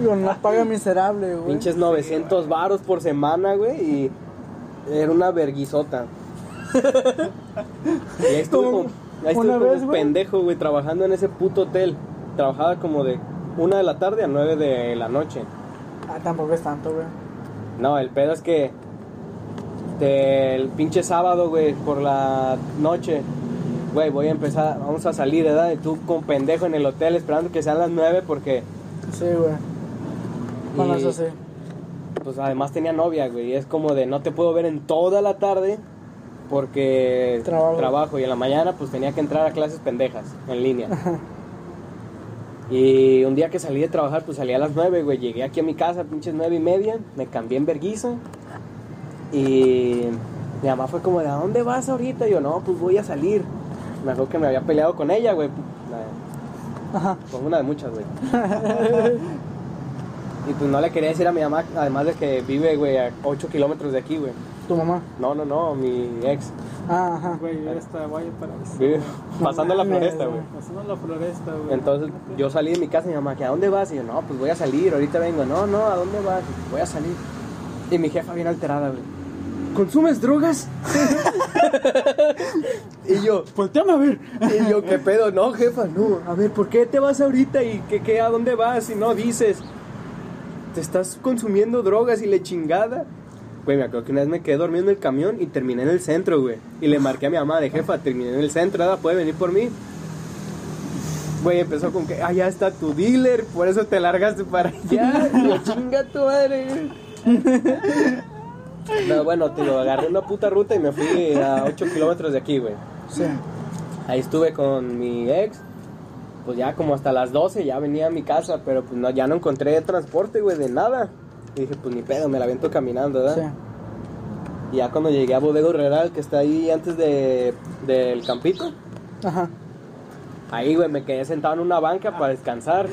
S4: Con la paga miserable, güey.
S2: Pinches 900 varos por semana, güey, y era una verguizota. y ahí estuve como, ahí estuve
S4: Una
S2: como
S4: vez,
S2: un
S4: güey.
S2: pendejo, güey, trabajando en ese puto hotel. Trabajaba como de una de la tarde a 9 de la noche.
S4: Ah, tampoco es tanto, güey.
S2: No, el pedo es que del pinche sábado, güey, por la noche, güey, voy a empezar, vamos a salir, ¿verdad? Y tú con pendejo en el hotel esperando que sean las 9 porque,
S4: Sí, güey. Bueno,
S2: Y-
S4: eso sí.
S2: pues además tenía novia, güey. Y es como de no te puedo ver en toda la tarde porque
S4: Trabajo.
S2: trabajo. Y en la mañana pues tenía que entrar a clases pendejas en línea. Y un día que salí de trabajar, pues salí a las 9, güey. Llegué aquí a mi casa, pinches 9 y media. Me cambié en verguiza. Y mi mamá fue como, ¿de "¿A dónde vas ahorita? Y yo, no, pues voy a salir. Me acuerdo que me había peleado con ella, güey. La- Con Pues una de muchas, güey. y pues no le quería decir a mi mamá, además de que vive, güey, a 8 kilómetros de aquí, güey.
S6: Tu mamá.
S2: No, no, no, mi ex.
S6: Ah, ajá.
S3: Güey, ya está guay para eso.
S2: Vive pasando la floresta, güey.
S3: Pasando la floresta, güey.
S2: Entonces yo salí de mi casa y mi mamá, que ¿a dónde vas? Y yo, no, pues voy a salir, ahorita vengo. No, no, ¿a dónde vas? Voy a salir. Y mi jefa bien alterada, güey. ¿Consumes drogas? y yo,
S3: Volteame a ver.
S2: y yo, ¿qué pedo? No, jefa, no. A ver, ¿por qué te vas ahorita y qué, qué, a dónde vas y no dices? ¿Te estás consumiendo drogas y le chingada? Güey, me acuerdo que una vez me quedé dormido en el camión y terminé en el centro, güey. Y le marqué a mi mamá de jefa, terminé en el centro, ¿verdad? ¿Puede venir por mí? Güey, empezó con que, ah, ya está tu dealer, por eso te largaste para allá. Y yo, chinga tu madre, güey. No, bueno, te lo agarré una puta ruta y me fui a 8 kilómetros de aquí, güey.
S6: Sí.
S2: Ahí estuve con mi ex, pues ya como hasta las 12 ya venía a mi casa, pero pues no, ya no encontré transporte, güey, de nada. Y dije, pues ni pedo, me la avento caminando,
S6: Sí.
S2: ¿verdad? Y ya cuando llegué a Bodego Real, que está ahí antes de, del campito,
S6: Ajá.
S2: ahí, güey, me quedé sentado en una banca para descansar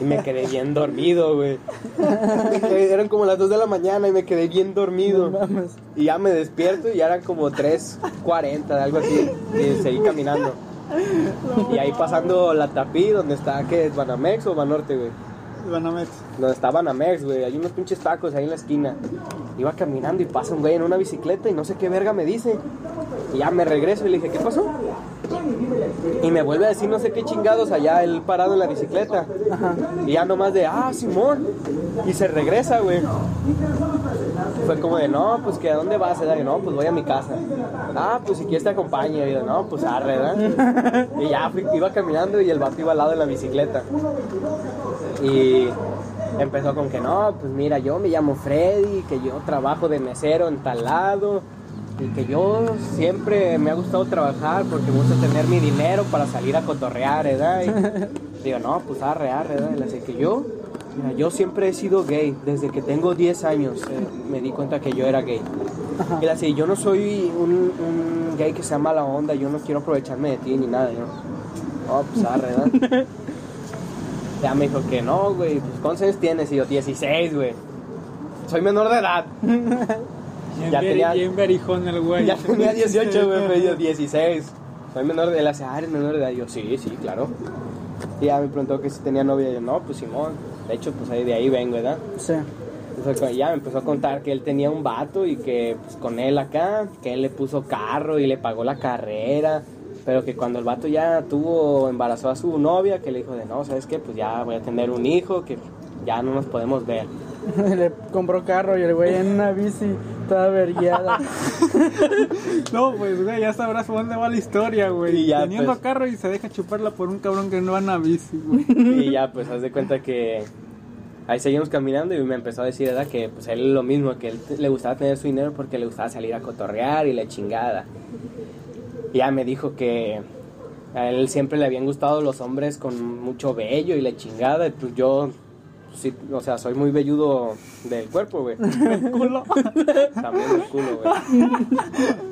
S2: y me quedé bien dormido, güey. Me quedé- Eran como las 2 de la mañana y me quedé bien dormido.
S6: Vamos.
S2: Y ya me despierto y ya eran como 3.40, algo así. Y seguí caminando. Y ahí pasando la tapí, donde está, ¿qué es? ¿Banamex o Banorte, güey?
S3: Banamex.
S2: Donde está Banamex, güey. Hay unos pinches tacos ahí en la esquina. Iba caminando y pasa un güey en una bicicleta y no sé qué verga me dice. Y ya me regreso y le dije, ¿qué pasó? Y me vuelve a decir no sé qué chingados allá él parado en la bicicleta. Y ya nomás de, ah, Simón. Y se regresa, güey. Fue como de, no, pues que a dónde vas, ¿verdad? Y no, pues voy a mi casa. Ah, pues si quieres te acompaño. Y yo, no, pues arre, ¿verdad? Y ya fui- iba caminando y el vato iba al lado de la bicicleta. Y empezó con que no, pues mira, yo me llamo Freddy, que yo trabajo de mesero en tal lado y que yo siempre me ha gustado trabajar porque me gusta tener mi dinero para salir a cotorrear, ¿verdad? Y digo, no, pues arre, arre, ¿verdad? Y le hace que yo, mira, yo siempre he sido gay, desde que tengo 10 años eh, me di cuenta que yo era gay. Y le hace, yo no soy un, un gay que sea mala onda, yo no quiero aprovecharme de ti ni nada, yo. No, pues arre, ¿verdad? Ya me dijo que no, güey. Pues, ¿Cuántos años tienes? Y yo, 16, güey. Soy menor de edad.
S3: Bien,
S2: Ya
S3: ver-
S2: tenía-
S3: bien verijón el güey.
S2: Ya tenía 18, güey. pero yo, 16. Soy menor de edad. Hace, ah, eres menor de edad. Y yo, sí, sí, claro. Y ya me preguntó que si tenía novia. Y yo, no, pues Simón. De hecho, pues ahí de ahí vengo, ¿verdad?
S6: Sí.
S2: Entonces, ya me empezó a contar que él tenía un vato y que pues, con él acá, que él le puso carro y le pagó la carrera, pero que cuando el vato ya tuvo, embarazó a su novia, que le dijo de no, ¿sabes qué? Pues ya voy a tener un hijo, que ya no nos podemos ver.
S6: Le compró carro y el güey en una bici toda vergueada.
S3: No, pues, güey, ya sabrás por dónde va la historia, güey.
S2: Y ya,
S3: Teniendo
S2: pues.
S3: carro y se deja chuparla por un cabrón que no va en la bici, güey.
S2: Y ya, pues, haz de cuenta que ahí seguimos caminando y me empezó a decir, ¿verdad? Que pues él lo mismo, que él te- le gustaba tener su dinero porque le gustaba salir a cotorrear y la chingada. Y ya me dijo que a él siempre le habían gustado los hombres con mucho vello y la chingada. Y pues yo, sí, o sea, soy muy velludo del cuerpo, güey. Del culo. También del culo, güey.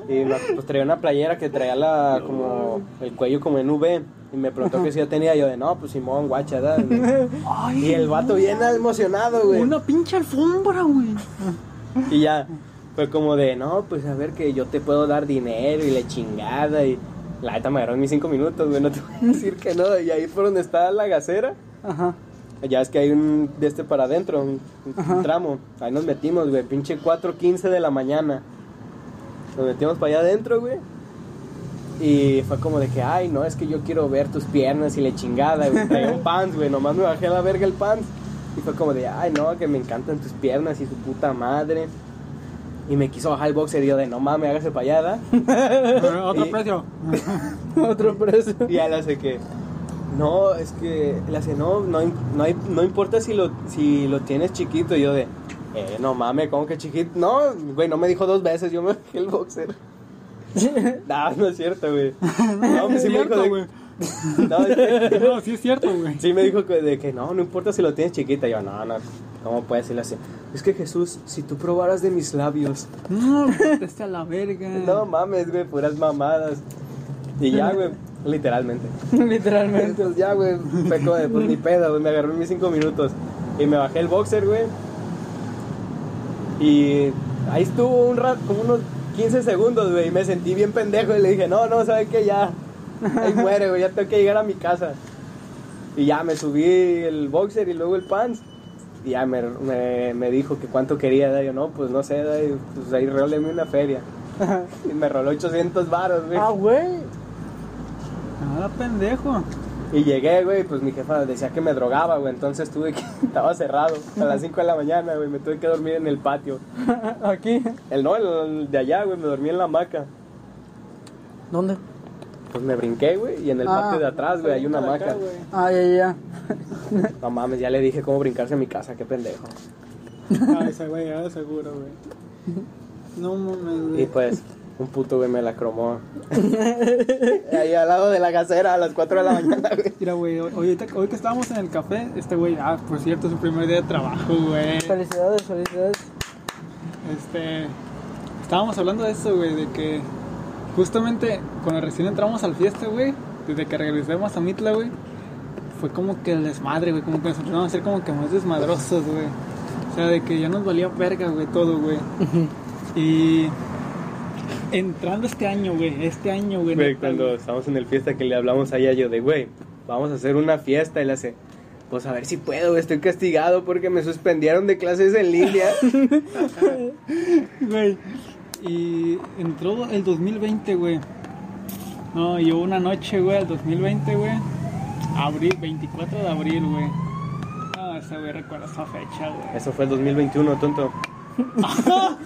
S2: Y me- pues traía una playera que traía la, como el cuello como en V. Y me preguntó que si yo tenía. Yo de, no, pues Simón, guacha, da". Y el vato bien emocionado, güey.
S3: Una pinche alfombra, güey.
S2: Y ya fue como de, no, pues a ver que yo te puedo dar dinero y la chingada. Y la neta me agarró en mis cinco minutos, güey, no te voy a decir que no. Y ahí por donde está la gacera,
S6: Ajá.
S2: ya es que hay un de este para adentro, un, un tramo. Ahí nos metimos, güey, pinche 4.15 de la mañana. Nos metimos para allá adentro, güey. Y fue como de que, ay, no, es que yo quiero ver tus piernas y la chingada, güey. Traía un pants, güey, nomás me bajé a la verga el pants. Y fue como de, ay, no, que me encantan tus piernas y su puta madre. Y me quiso bajar el boxer y yo de, no mames, hágase para allá, ¿da?".
S3: Otro
S2: Y-
S3: precio.
S6: Otro precio.
S2: Y él hace que. No, es que. Le hace, no, no, im- no, hay- no importa si lo, si lo tienes chiquito. Y yo de. "Eh, no mames, ¿cómo que chiquito? No, güey, no me dijo dos veces. Yo me bajé el boxer. no, no es cierto, güey. No,
S3: No,
S2: pues
S3: es
S2: sí me dijo
S3: cierto,
S2: de-
S3: güey.
S2: No, dice-
S3: No, sí es cierto, güey.
S2: sí me dijo que, de que no, no importa si lo tienes chiquita. Yo, no, no, ¿cómo puedes decirle así? Es que Jesús, si tú probaras de mis labios.
S3: No, conteste a la verga.
S2: No mames, güey, puras mamadas. Y ya, güey, literalmente.
S6: Literalmente.
S2: Entonces ya, güey, fue como de, pues ni pedo, güey, me agarró en mis cinco minutos. Y me bajé el boxer, güey. Y ahí estuvo un rato, como unos 15 segundos, güey, y me sentí bien pendejo y le dije, no, no, ¿sabes qué? Ya, ahí muere, güey, ya tengo que llegar a mi casa. Y ya me subí el boxer y luego el pants. Y ya me, me, me dijo que cuánto quería, da, yo, no, pues no sé, da, y, pues ahí roleme una feria. Y me roló 800 varos, güey.
S6: Ah, güey.
S3: Nada, pendejo.
S2: Y llegué, güey, pues mi jefa decía que me drogaba, güey, entonces tuve que, estaba cerrado a las 5 de la mañana, güey, me tuve que dormir en el patio.
S6: Aquí.
S2: El no, el, el de allá, güey, me dormí en la hamaca.
S6: ¿Dónde?
S2: Pues me brinqué, güey, y en el
S6: Ah,
S2: patio de atrás, güey, hay una hamaca.
S6: Ah, ya, ya.
S2: no mames, ya le dije cómo brincarse en mi casa, qué pendejo.
S3: Ah, esa güey, ya seguro, güey. No mames,
S2: Y
S3: güey.
S2: pues, un puto, güey, me la cromó. Ahí al lado de la gasera a las 4 de la mañana, güey.
S3: Mira, güey, hoy, ahorita- hoy que estábamos en el café, este güey, ah, por cierto, su primer día de trabajo, güey.
S6: Felicidades, felicidades.
S3: Este. Estábamos hablando de eso, güey, de que justamente cuando recién entramos al fiesta, güey, desde que regresamos a Mitla, güey, fue como que el desmadre, güey, como que nos empezamos a ser como que más desmadrosos, güey. O sea, de que ya nos valía verga, güey, todo, güey. Y. Entrando este año, güey, este año, güey.
S2: Güey,
S3: neta,
S2: cuando
S3: güey.
S2: estábamos en el fiesta que le hablamos a yo de, güey, vamos a hacer una fiesta. Él hace, pues a ver si puedo, güey, estoy castigado porque me suspendieron de clases en línea.
S3: Güey. Y entró el 2020, güey. No, y hubo una noche, güey, el 2020, güey. Abril, 24 de abril, güey. Ah, ese güey recuerda esa fecha, güey.
S2: Eso fue el 2021, tonto. No,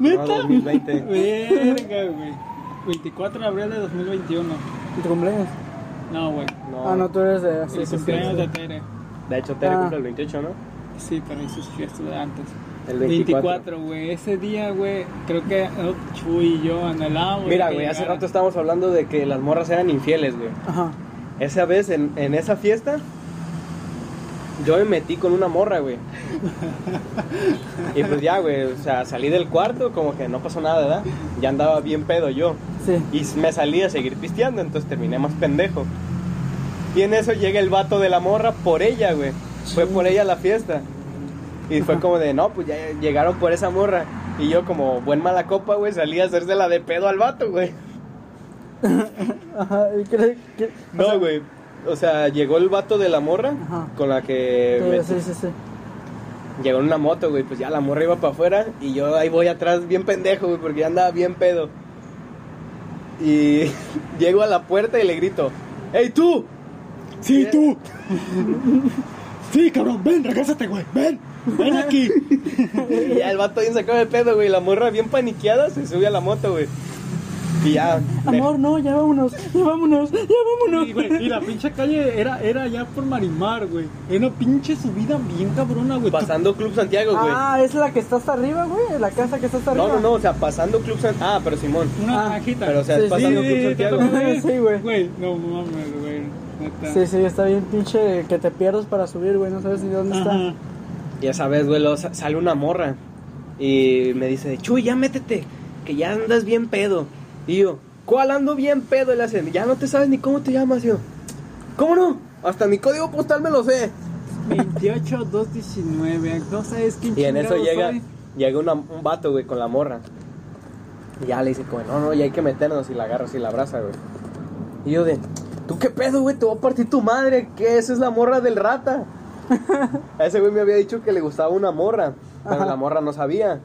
S3: ¿Neta?
S2: 2020.
S3: Verga, güey. 24 de abril de 2021.
S6: ¿Y tu cumpleaños?
S3: No, güey.
S2: No,
S6: Ah, no, tú eres de.
S3: El cumpleaños de Tere.
S2: De hecho, te
S6: Ah.
S2: cumple el 28, ¿no?
S3: Sí, pero hizo sus fiestas de antes.
S2: El
S3: 24, güey. Ese día, güey, creo que oh, Chuy y yo anhelábamos.
S2: Mira,
S3: que
S2: güey, hace
S3: llegara.
S2: rato estábamos hablando de que las morras eran infieles, güey.
S6: Ajá.
S2: Esa vez, en, en esa fiesta, yo me metí con una morra, güey. Y pues ya, güey, o sea, salí del cuarto, como que no pasó nada, ¿verdad? Ya andaba bien pedo yo.
S6: Sí.
S2: Y me salí a seguir pisteando, entonces terminé más pendejo. Y en eso llega el vato de la morra por ella, güey. Fue por ella a la fiesta. Y fue como de, no, pues ya llegaron por esa morra. Y yo, como buen mala copa, güey, salí a hacérsela de pedo al vato, güey.
S6: Ajá. ¿Y crees que.?
S2: No, güey. O sea, llegó el vato de la morra
S6: Ajá.
S2: con la que me-
S6: Sí, sí, sí.
S2: llegó en una moto, güey. Pues ya la morra iba para afuera y yo ahí voy atrás bien pendejo, güey, porque ya andaba bien pedo. Y llego a la puerta y le grito, ¡Ey tú!
S3: Sí, tú. Sí, cabrón, ven, regásate, güey. Ven, ven aquí.
S2: Y ya el vato bien sacado de pedo, güey. La morra bien paniqueada se sube a la moto, güey. Y ya. me-
S6: Amor, no, ya vámonos. Ya vámonos. Ya vámonos.
S3: Y, güey, y la pinche calle era, era ya por Marimar, güey. Era una pinche subida bien cabrona, güey.
S2: Pasando Club Santiago, güey.
S6: Ah, es la que está hasta arriba, güey. La casa que está hasta
S2: no,
S6: arriba.
S2: no, no, o sea, pasando Club Santiago. Ah, pero Simón.
S3: Una
S6: Ah,
S3: cajita.
S2: Pero o sea,
S6: Sí,
S2: es pasando
S3: sí,
S2: Club
S3: sí,
S2: Santiago.
S3: te tocó,
S6: Sí, güey.
S3: Güey, no mames, güey. Neta.
S6: Sí, sí, está bien pinche que te pierdas para subir, güey. No sabes ni dónde
S3: Ajá.
S2: Ya sabes, güey, luego sa- sale una morra y me dice, Chuy, ya métete, que ya andas bien pedo. Y yo, ¿cuál ando bien pedo? Y le hacen, ya no te sabes ni cómo te llamas, Y yo. ¿Cómo no? Hasta mi código postal me lo sé.
S3: 28, 219. No sabes quién
S2: Y en eso
S3: chingados
S2: llega,
S3: soy.
S2: llega una- un vato, güey, con la morra. Y ya le dice, como, no, no, ya hay que meternos. Y la agarra así, la abraza, güey. Y yo de, ¿tú qué pedo, güey? Te voy a partir tu madre. ¿Qué? Esa es la morra del rata. A ese güey me había dicho que le gustaba una morra. Pero la morra no sabía.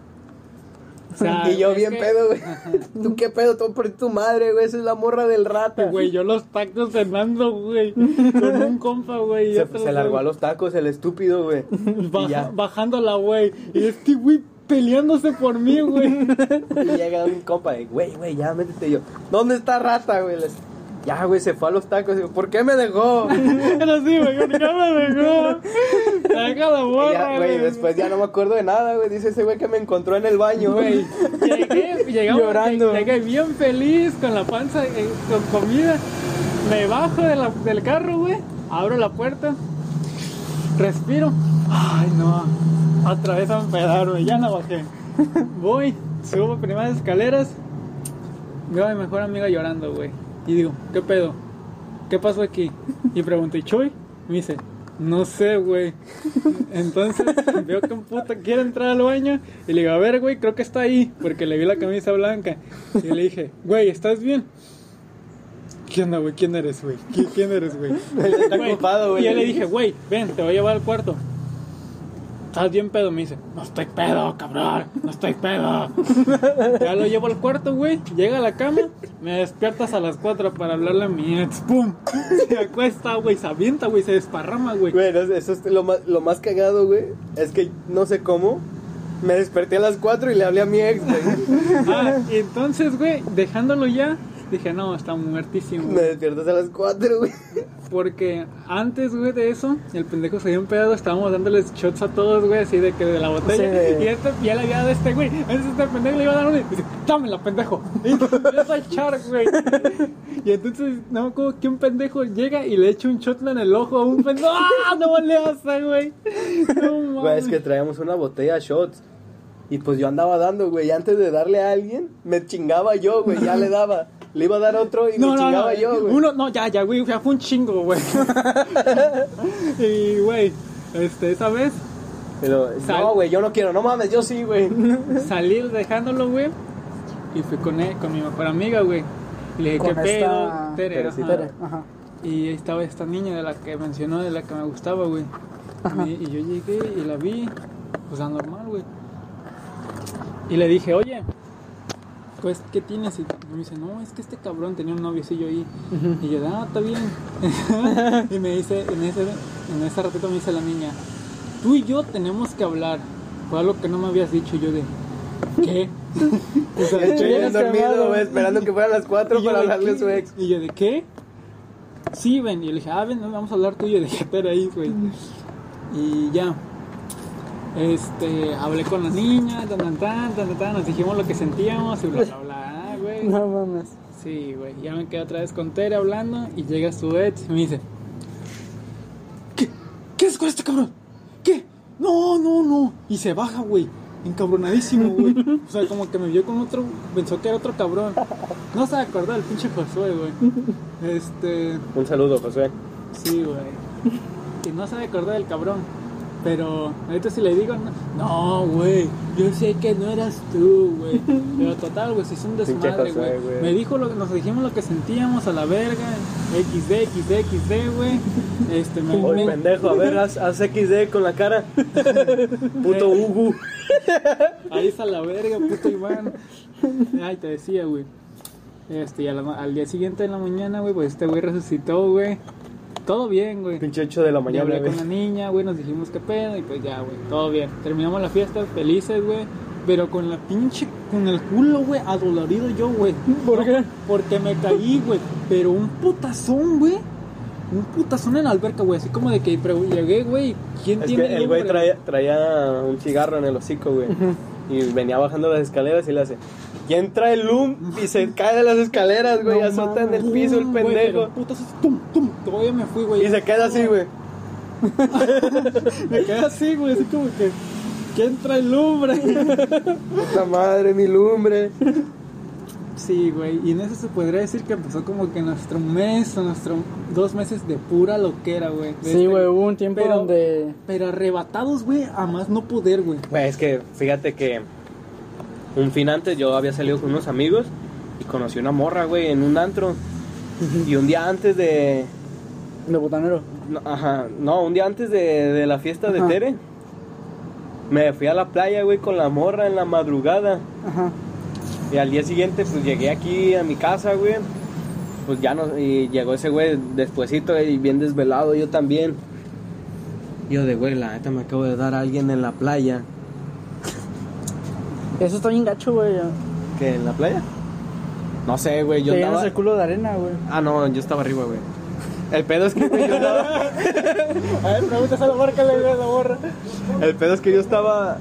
S3: O sea,
S2: y yo
S3: güey,
S2: bien
S3: es que-
S2: pedo, güey. ¿Tú qué pedo? Te voy a partir tu madre, güey. Esa es la morra del rata.
S3: Este Güey, yo los tacos cenando, güey. Con un compa, güey. y
S2: Se,
S3: otro,
S2: se largó a
S3: güey.
S2: los tacos, el estúpido, güey. Y
S3: Baja,
S2: ya.
S3: bajándola, güey. Y este güey peleándose por mí, güey.
S2: Y llega un compa de, güey, güey, ya métete Y yo. ¿Dónde está rata, güey? Les- Ya, güey, se fue a los tacos. Y yo, ¿Por qué me dejó?
S3: Era así, güey. Con cámara de gol. Saca la
S2: Y
S3: bola,
S2: ya, güey, después ya no me acuerdo de nada, güey. Dice ese güey que me encontró en el baño, güey.
S3: Güey, llegué, llegamos,
S6: Llorando.
S3: Llegué bien feliz con la panza, eh, con comida. Me bajo de la- del carro, güey. Abro la puerta. Respiro. Ay, no. Otra vez a empedar, güey. Ya no bajé. Voy, subo primeras escaleras. Veo a mi mejor amiga llorando, güey. Y digo, ¿qué pedo? ¿Qué pasó aquí? Y pregunto, ¿y Chuy? Y me dice, no sé, güey. Entonces veo que un puto quiere entrar al baño. Y le digo, a ver, güey, creo que está ahí. Porque le vi la camisa blanca. Y le dije, güey, ¿estás bien? ¿Qué onda, güey? ¿Quién eres, güey? ¿Qui- ¿Quién eres, güey?
S2: Está
S3: Güey,
S2: ocupado, güey.
S3: Y yo le dije, güey, ven, te voy a llevar al cuarto. ¿Estás bien pedo? Me dice, no estoy pedo, cabrón, no estoy pedo. ya lo llevo al cuarto, güey. Llega a la cama, me despiertas a las 4 para hablarle a mi ex. ¡Pum! Se acuesta, güey, se avienta, güey, se desparrama, güey.
S2: Güey, no sé, eso es lo más, lo más cagado, güey. Es que no sé cómo. Me desperté a las 4 y le hablé a mi ex, güey.
S3: Ah, y entonces, güey, dejándolo ya, dije, no, está muertísimo.
S2: Me
S3: güey".
S2: despiertas a las 4, güey.
S3: Porque antes, güey, de eso, el pendejo se había empedado, estábamos dándoles shots a todos, güey, así de que de la botella.
S6: Sí, de-
S3: Y este, ya le había dado a este, güey. Entonces este pendejo le iba a dar una y dice, dámela, pendejo. Y empieza a echar, güey. Y entonces, no, como que un pendejo llega y le echa un shot en el ojo a un pendejo. ¡Ah! No le hace, güey. No mames.
S2: Güey, es que traíamos una botella de shots. Y pues yo andaba dando, güey. Y antes de darle a alguien, me chingaba yo, güey. Ya le daba. Le iba a dar otro y
S3: No,
S2: me
S3: no,
S2: chingaba
S3: no.
S2: yo, güey.
S3: Uno, no, ya, ya, güey, ya fue un chingo, güey. y, güey, este, esa vez
S2: Pero,
S3: Sal-
S2: no, güey, yo no quiero. No mames, yo sí, güey.
S3: salir dejándolo, güey. Y fui con, él- con mi mejor amiga, güey. Y le dije,
S6: Con
S3: ¿qué
S6: esta
S3: pedo? Tere,
S2: Teresita.
S3: ajá.
S6: Tere, ajá.
S3: Y ahí estaba esta niña de la que mencionó, de la que me gustaba, güey. Y, y yo llegué y la vi, pues normal, güey. Y le dije, oye, pues, ¿qué tienes? Y me dice, no, es que este cabrón tenía un noviecillo ahí. Y yo, ah, está bien. y me dice, en ese, en ese ratito me dice la niña, tú y yo tenemos que hablar. Fue algo que no me habías dicho. Y yo de, ¿qué? o sea,
S2: El
S3: ¿qué?
S2: Chuy bien
S6: hubieras llamado.
S2: dormido, güey, esperando que fueran las 4
S3: Y yo,
S2: para
S3: ¿de
S2: hablarle a
S3: qué?
S2: su ex.
S3: Y yo, ¿de qué? Sí, ven. Y yo le dije, ah, ven, vamos a hablar tú y yo dejé estar ahí, güey. Y ya. Este, hablé con la niña, tan, tan, tan, tan, tan, tan, nos dijimos lo que sentíamos y bla, bla, bla, güey.
S6: No mames.
S3: Sí, güey. Ya me quedé otra vez con Tere hablando y llega su ex y me dice: ¿Qué? ¿Qué es con este cabrón? ¿Qué? No, no, no. Y se baja, güey. Encabronadísimo, güey. O sea, como que me vio con otro. Pensó que era otro cabrón. No se acordó el pinche Josué, güey. Este.
S2: Un saludo, José.
S3: Sí, güey. Y no se acordó del cabrón. Pero ahorita si le digo, no- no, güey, yo sé que no eras tú, güey. Pero total, güey, se hizo un
S2: Pinche
S3: desmadre,
S2: José,
S3: güey.
S2: güey.
S3: Me dijo, lo, que- nos dijimos lo que sentíamos a la verga, XD, XD, XD, güey. Este, me,
S2: Oye,
S3: me-
S2: pendejo, a ver, haz, haz XD con la cara. Puto Hugo.
S3: Ahí está la verga, puto Iván. Ay, te decía, güey. Este, y a la ma- al día siguiente de la mañana, güey, pues este güey resucitó, güey. Todo bien, güey.
S2: Pinche 8 de la
S3: Ya
S2: mañana,
S3: hablé
S2: güey.
S3: con la niña, güey, nos dijimos qué pedo y pues ya, güey, todo bien. Terminamos la fiesta, felices, güey. Pero con la pinche, con el culo, güey, adolorido yo, güey.
S6: ¿Por qué?
S3: Porque me caí, güey. Pero un putazón, güey. Un putazón en la alberca, güey. Así como de que pero llegué, güey. ¿Quién
S2: Es
S3: tiene
S2: que el güey
S3: lumbre?
S2: traía, traía un cigarro en el hocico, güey. Y venía bajando las escaleras y le hace. Y entra el loom y se cae de las escaleras, güey.
S6: No
S2: azota en el
S3: Pum,
S2: piso el
S3: güey, pero
S2: pendejo.
S3: un putazo, tum, tum. Todavía me fui, güey.
S2: Y se queda así, güey.
S3: Me quedé así, güey. Así como que. ¿Quién trae lumbre?
S2: La madre, mi lumbre.
S3: Sí, güey, y en eso se podría decir que empezó como que nuestro mes o nuestro dos meses de pura loquera, güey. De
S6: Sí,
S3: este-
S6: güey, hubo un tiempo
S3: Pero-
S6: donde.
S3: Pero arrebatados, güey, a más no poder, güey.
S2: Güey, es que fíjate que un fin antes yo había salido con unos amigos y conocí una morra, güey, en un antro. Y un día antes de.
S6: De botanero.
S2: no, ajá, no, un día antes de, de la fiesta de
S6: Ajá.
S2: Tere, me fui a la playa, güey, con la morra en la madrugada.
S6: Ajá.
S2: Y al día siguiente, pues llegué aquí a mi casa, güey. Pues ya no. Y llegó ese güey despuesito y bien desvelado, yo también. Yo de güey, la neta me acabo de dar a alguien en la playa.
S6: Eso está bien gacho, güey.
S2: ¿Qué? ¿En la playa? No sé, güey, yo
S6: Te llenas
S2: andaba.
S6: el culo de arena, güey.
S2: Ah, no, yo estaba arriba, güey. El pedo es que güey, yo andaba.
S3: A ver, preguntas a la marca, le la borra.
S2: El pedo es que yo estaba.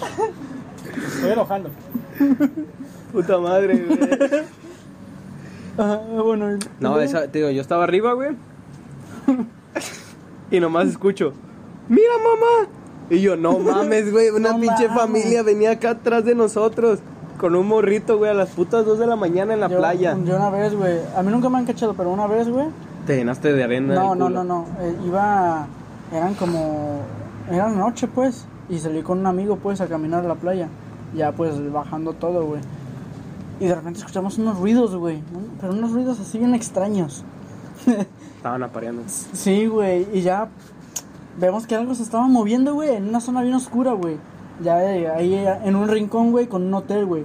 S3: Estoy enojando.
S2: Puta madre, güey.
S4: Ajá,
S2: Ah,
S4: bueno,
S2: No, esa, te digo, yo estaba arriba, güey. Y nomás escucho, mira mamá. Y yo, no mames, güey, una
S7: No
S2: pinche
S7: mames.
S2: familia venía acá atrás de nosotros. Con un morrito, güey, a las putas 2 de la mañana en la
S4: yo-
S2: playa.
S4: Yo una vez, güey. A mí nunca me han cachado, pero una vez, güey.
S2: Te llenaste de arena.
S4: No,
S2: el
S4: no,
S2: culo.
S4: no, no. eh, iba. Eran como. Era noche, pues. Y salí con un amigo, pues, a caminar a la playa. Ya, pues, bajando todo, güey. Y de repente escuchamos unos ruidos, güey. un- Pero unos ruidos así bien extraños.
S2: Estaban apareando.
S4: Sí, güey. Y ya. Vemos que algo se estaba moviendo, güey. En una zona bien oscura, güey. Ya eh, ahí eh, en un rincón, güey, con un hotel, güey.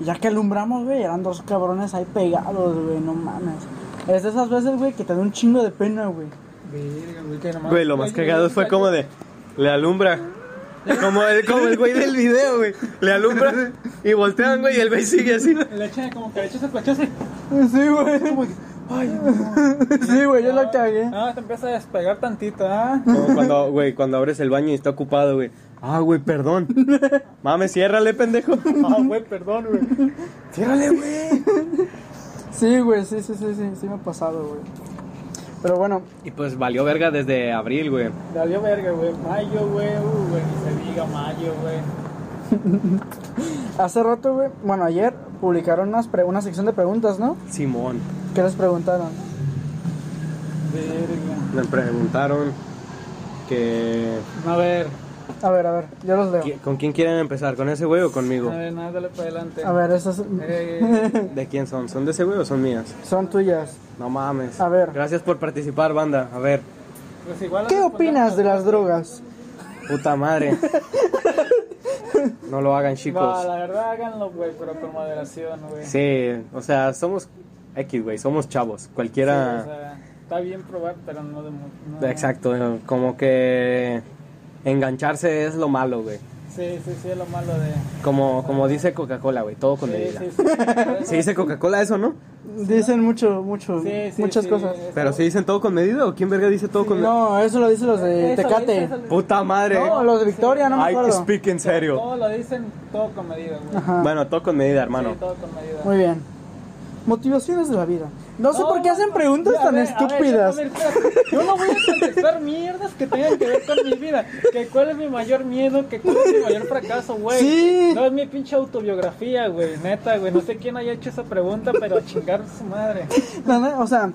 S4: Y ya que alumbramos, güey, eran dos cabrones ahí pegados, güey. No mames. Es de esas veces, güey, que te da un chingo de pena, güey.
S3: Verga, güey, que nomás-
S2: Güey, lo más
S3: Ay,
S2: cagado
S3: güey,
S2: fue
S3: ay,
S2: como de. Le alumbra. Como el, como el güey del video, güey. Le alumbra y voltean, güey, y el güey sigue así.
S3: Le echa como que le echas el plachazo.
S4: Sí, güey. Sí, güey, yo la cagué.
S3: Ah, te empieza a despegar tantito, ¿ah?
S2: Como cuando, güey, cuando abres el baño y está ocupado, güey. Ah, güey, perdón. Mames, ciérrale, pendejo.
S3: Ah, güey, perdón, güey.
S2: Ciérrale, güey.
S4: Sí, güey, sí, sí, sí, sí, sí me ha pasado, güey. Pero bueno,
S2: Y pues valió verga desde abril, güey.
S3: Dalió verga, güey. Mayo, güey. Uh, güey, ni se diga mayo, güey.
S4: hace rato, güey, bueno, ayer publicaron unas pre- una sección de preguntas, ¿no?
S2: Simón.
S4: ¿Qué les preguntaron?
S3: Verga.
S2: Me preguntaron que.
S3: A ver,
S4: A ver, a ver, yo los leo.
S2: qui- ¿Con quién quieren empezar? ¿Con ese güey o conmigo?
S3: a ver, nada, dale para adelante.
S4: A ver, esas
S3: Eh,
S2: ¿De quién son? ¿Son de ese güey o son mías?
S4: son tuyas.
S2: No mames.
S4: A ver.
S2: Gracias por participar, banda. A ver.
S3: pues igual
S4: ¿Qué
S3: respondemos-
S4: opinas de las drogas?
S2: Puta madre. No lo hagan,
S3: Va,
S2: chicos.
S3: la verdad, háganlo, güey, pero con moderación, güey.
S2: Sí, o sea, somos X, güey, somos chavos. Cualquiera.
S3: Sí, o sea, está bien probar, pero no de mucho. no-
S2: Exacto, eh, como que engancharse es lo malo, güey.
S3: Sí, sí, sí, es lo malo de.
S2: Como, como dice Coca-Cola, güey, todo con
S3: Sí,
S2: medida.
S3: sí, sí. por eso-
S2: ¿Se dice Coca-Cola eso, no?
S4: Dicen mucho, mucho,
S3: Sí, sí,
S4: muchas
S3: sí,
S4: cosas.
S3: eso-
S2: Pero si dicen todo con medida o quién verga dice todo con medida.
S4: No, eso lo dicen los de
S3: eso,
S4: Tecate.
S3: eso, eso.
S2: Puta madre.
S4: No, los de Victoria, no me
S2: I
S4: acuerdo.
S2: speak en serio.
S3: Todo lo dicen todo con medida, güey.
S4: Ajá.
S2: Bueno, todo con medida,
S3: Sí,
S2: hermano.
S3: todo con medida.
S4: Muy bien. Motivaciones de la vida. No sé
S3: No,
S4: por qué hacen preguntas
S3: a
S4: tan
S3: ver, a ver,
S4: estúpidas.
S3: a ver, espérate. yo no voy a contestar mierdas que tengan que ver con mi vida. Que cuál es mi mayor miedo, que cuál es mi mayor fracaso, güey.
S4: Sí.
S3: No es mi pinche autobiografía, güey. Neta, güey. No sé quién haya hecho esa pregunta, pero a chingar su madre.
S4: La ne- o sea,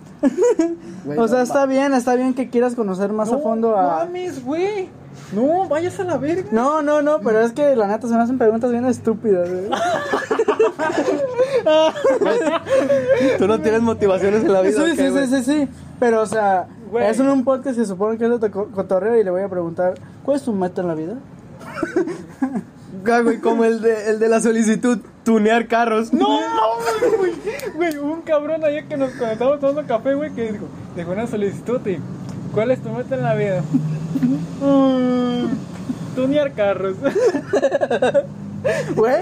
S4: o sea, está bien, está bien que quieras conocer más a
S3: No
S4: fondo a.
S3: mames, güey. No, vayas a la verga.
S4: No, no, no, pero es que la neta se me hacen preguntas bien estúpidas. güey.
S2: Tú no tienes motivaciones en la vida.
S4: Sí,
S2: ¿ok,
S4: sí,
S2: güey?
S4: sí, sí, sí. Pero, o sea,
S3: Güey.
S4: es en un podcast que se supone que es de to- cotorreo y le voy a preguntar, ¿cuál es tu meta en la vida?
S2: Ah, güey, como el de, el de la solicitud, tunear carros.
S3: No, mames, güey. Güey, hubo un cabrón ayer que nos conectamos tomando café, güey, que dijo, dejó una solicitud y, ¿cuál es tu meta en la vida? Mm, tunear carros.
S4: Güey,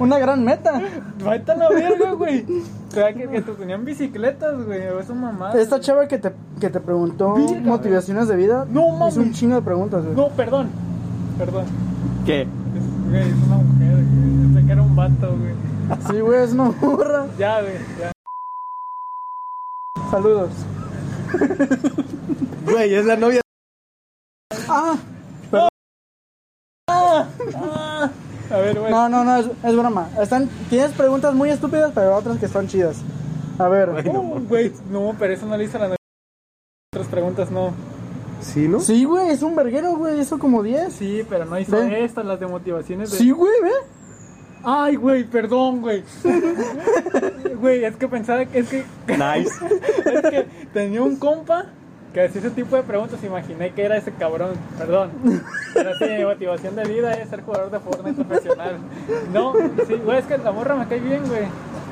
S4: una gran meta.
S3: Vete a la verga, güey. O sea, que, que te tunean bicicletas, güey, o eso mamada.
S4: Esta chava que te, que te preguntó
S3: Verga,
S4: motivaciones de vida,
S3: No mames.
S4: hizo un chingo de preguntas, güey.
S3: No, perdón. Perdón.
S2: ¿Qué?
S3: Es- Güey, es una mujer, güey. Pensé que era un vato, güey.
S4: Sí, güey, es una burra.
S3: Ya, güey, ya.
S4: Saludos.
S2: Güey, es la novia.
S4: Ah,
S3: A ver, güey.
S4: no, no, no, es, es broma. Están, tienes preguntas muy estúpidas, pero otras que están chidas. A ver.
S3: Oh, Güey, no, pero eso no le hice a la no- Otras preguntas no.
S2: ¿Sí, no?
S4: Sí, güey, es un verguero, güey, hizo como 10.
S3: Sí, pero no hizo
S4: Ven.
S3: estas, las de motivaciones. De...
S4: Sí, güey, ve.
S3: Ay, güey, perdón, güey. Güey, es que pensaba que es que,
S2: Nice.
S3: es que tenía un compa que hacía ese tipo de preguntas. Imaginé que era ese cabrón, perdón. Pero sí, mi motivación de vida es ser jugador de Fortnite profesional. No, sí, güey, es que la morra me cae bien, güey.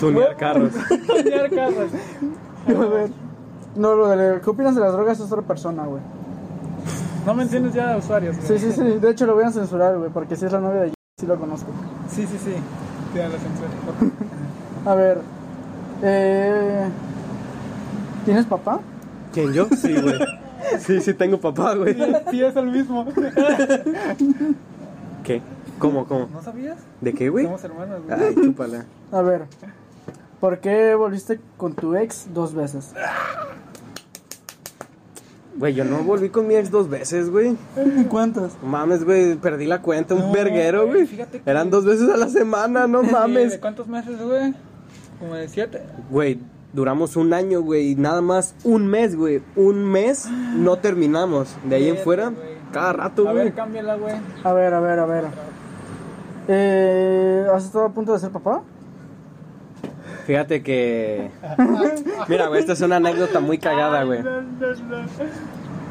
S2: Tunear carros.
S3: Soñar casas.
S4: A ver. No, lo de, ¿qué opinas de las drogas? Es otra persona, güey.
S3: No menciones ya a usuarios, güey.
S4: Sí, sí, sí. De hecho, lo voy a censurar, güey, porque si es la novia de sí lo conozco.
S3: Sí, sí, sí. Tira la censura. por favor.
S4: A ver. Eh, ¿Tienes papá?
S2: ¿Quién yo? Sí, güey. Sí, sí tengo papá, güey.
S3: Sí, es el mismo.
S2: ¿Qué? ¿Cómo, cómo?
S3: ¿No sabías?
S2: ¿De qué, güey?
S3: Somos hermanos, güey.
S2: Ay, chúpala.
S6: A ver, ¿por qué volviste con tu ex dos veces?
S2: Güey, yo no volví con mi ex dos veces, güey.
S6: ¿Cuántas?
S2: No Mames, güey, perdí la cuenta, un
S3: No,
S2: verguero,
S3: güey,
S2: güey.
S3: fíjate que-
S2: Eran dos veces a la semana, no
S3: ¿De
S2: Ah, mames.
S3: cuántos meses, güey? Como de siete.
S2: Güey, duramos un año, güey, y nada más un mes, güey. Un mes no terminamos. De ahí en
S3: Vete,
S2: fuera,
S3: güey.
S2: cada rato,
S3: A
S2: güey.
S3: ver, cámbiala, güey.
S6: A ver, a ver, a ver. Eh, ¿Has estado a punto de ser papá?
S2: Fíjate que. Mira, güey, esta es una anécdota muy cagada, güey.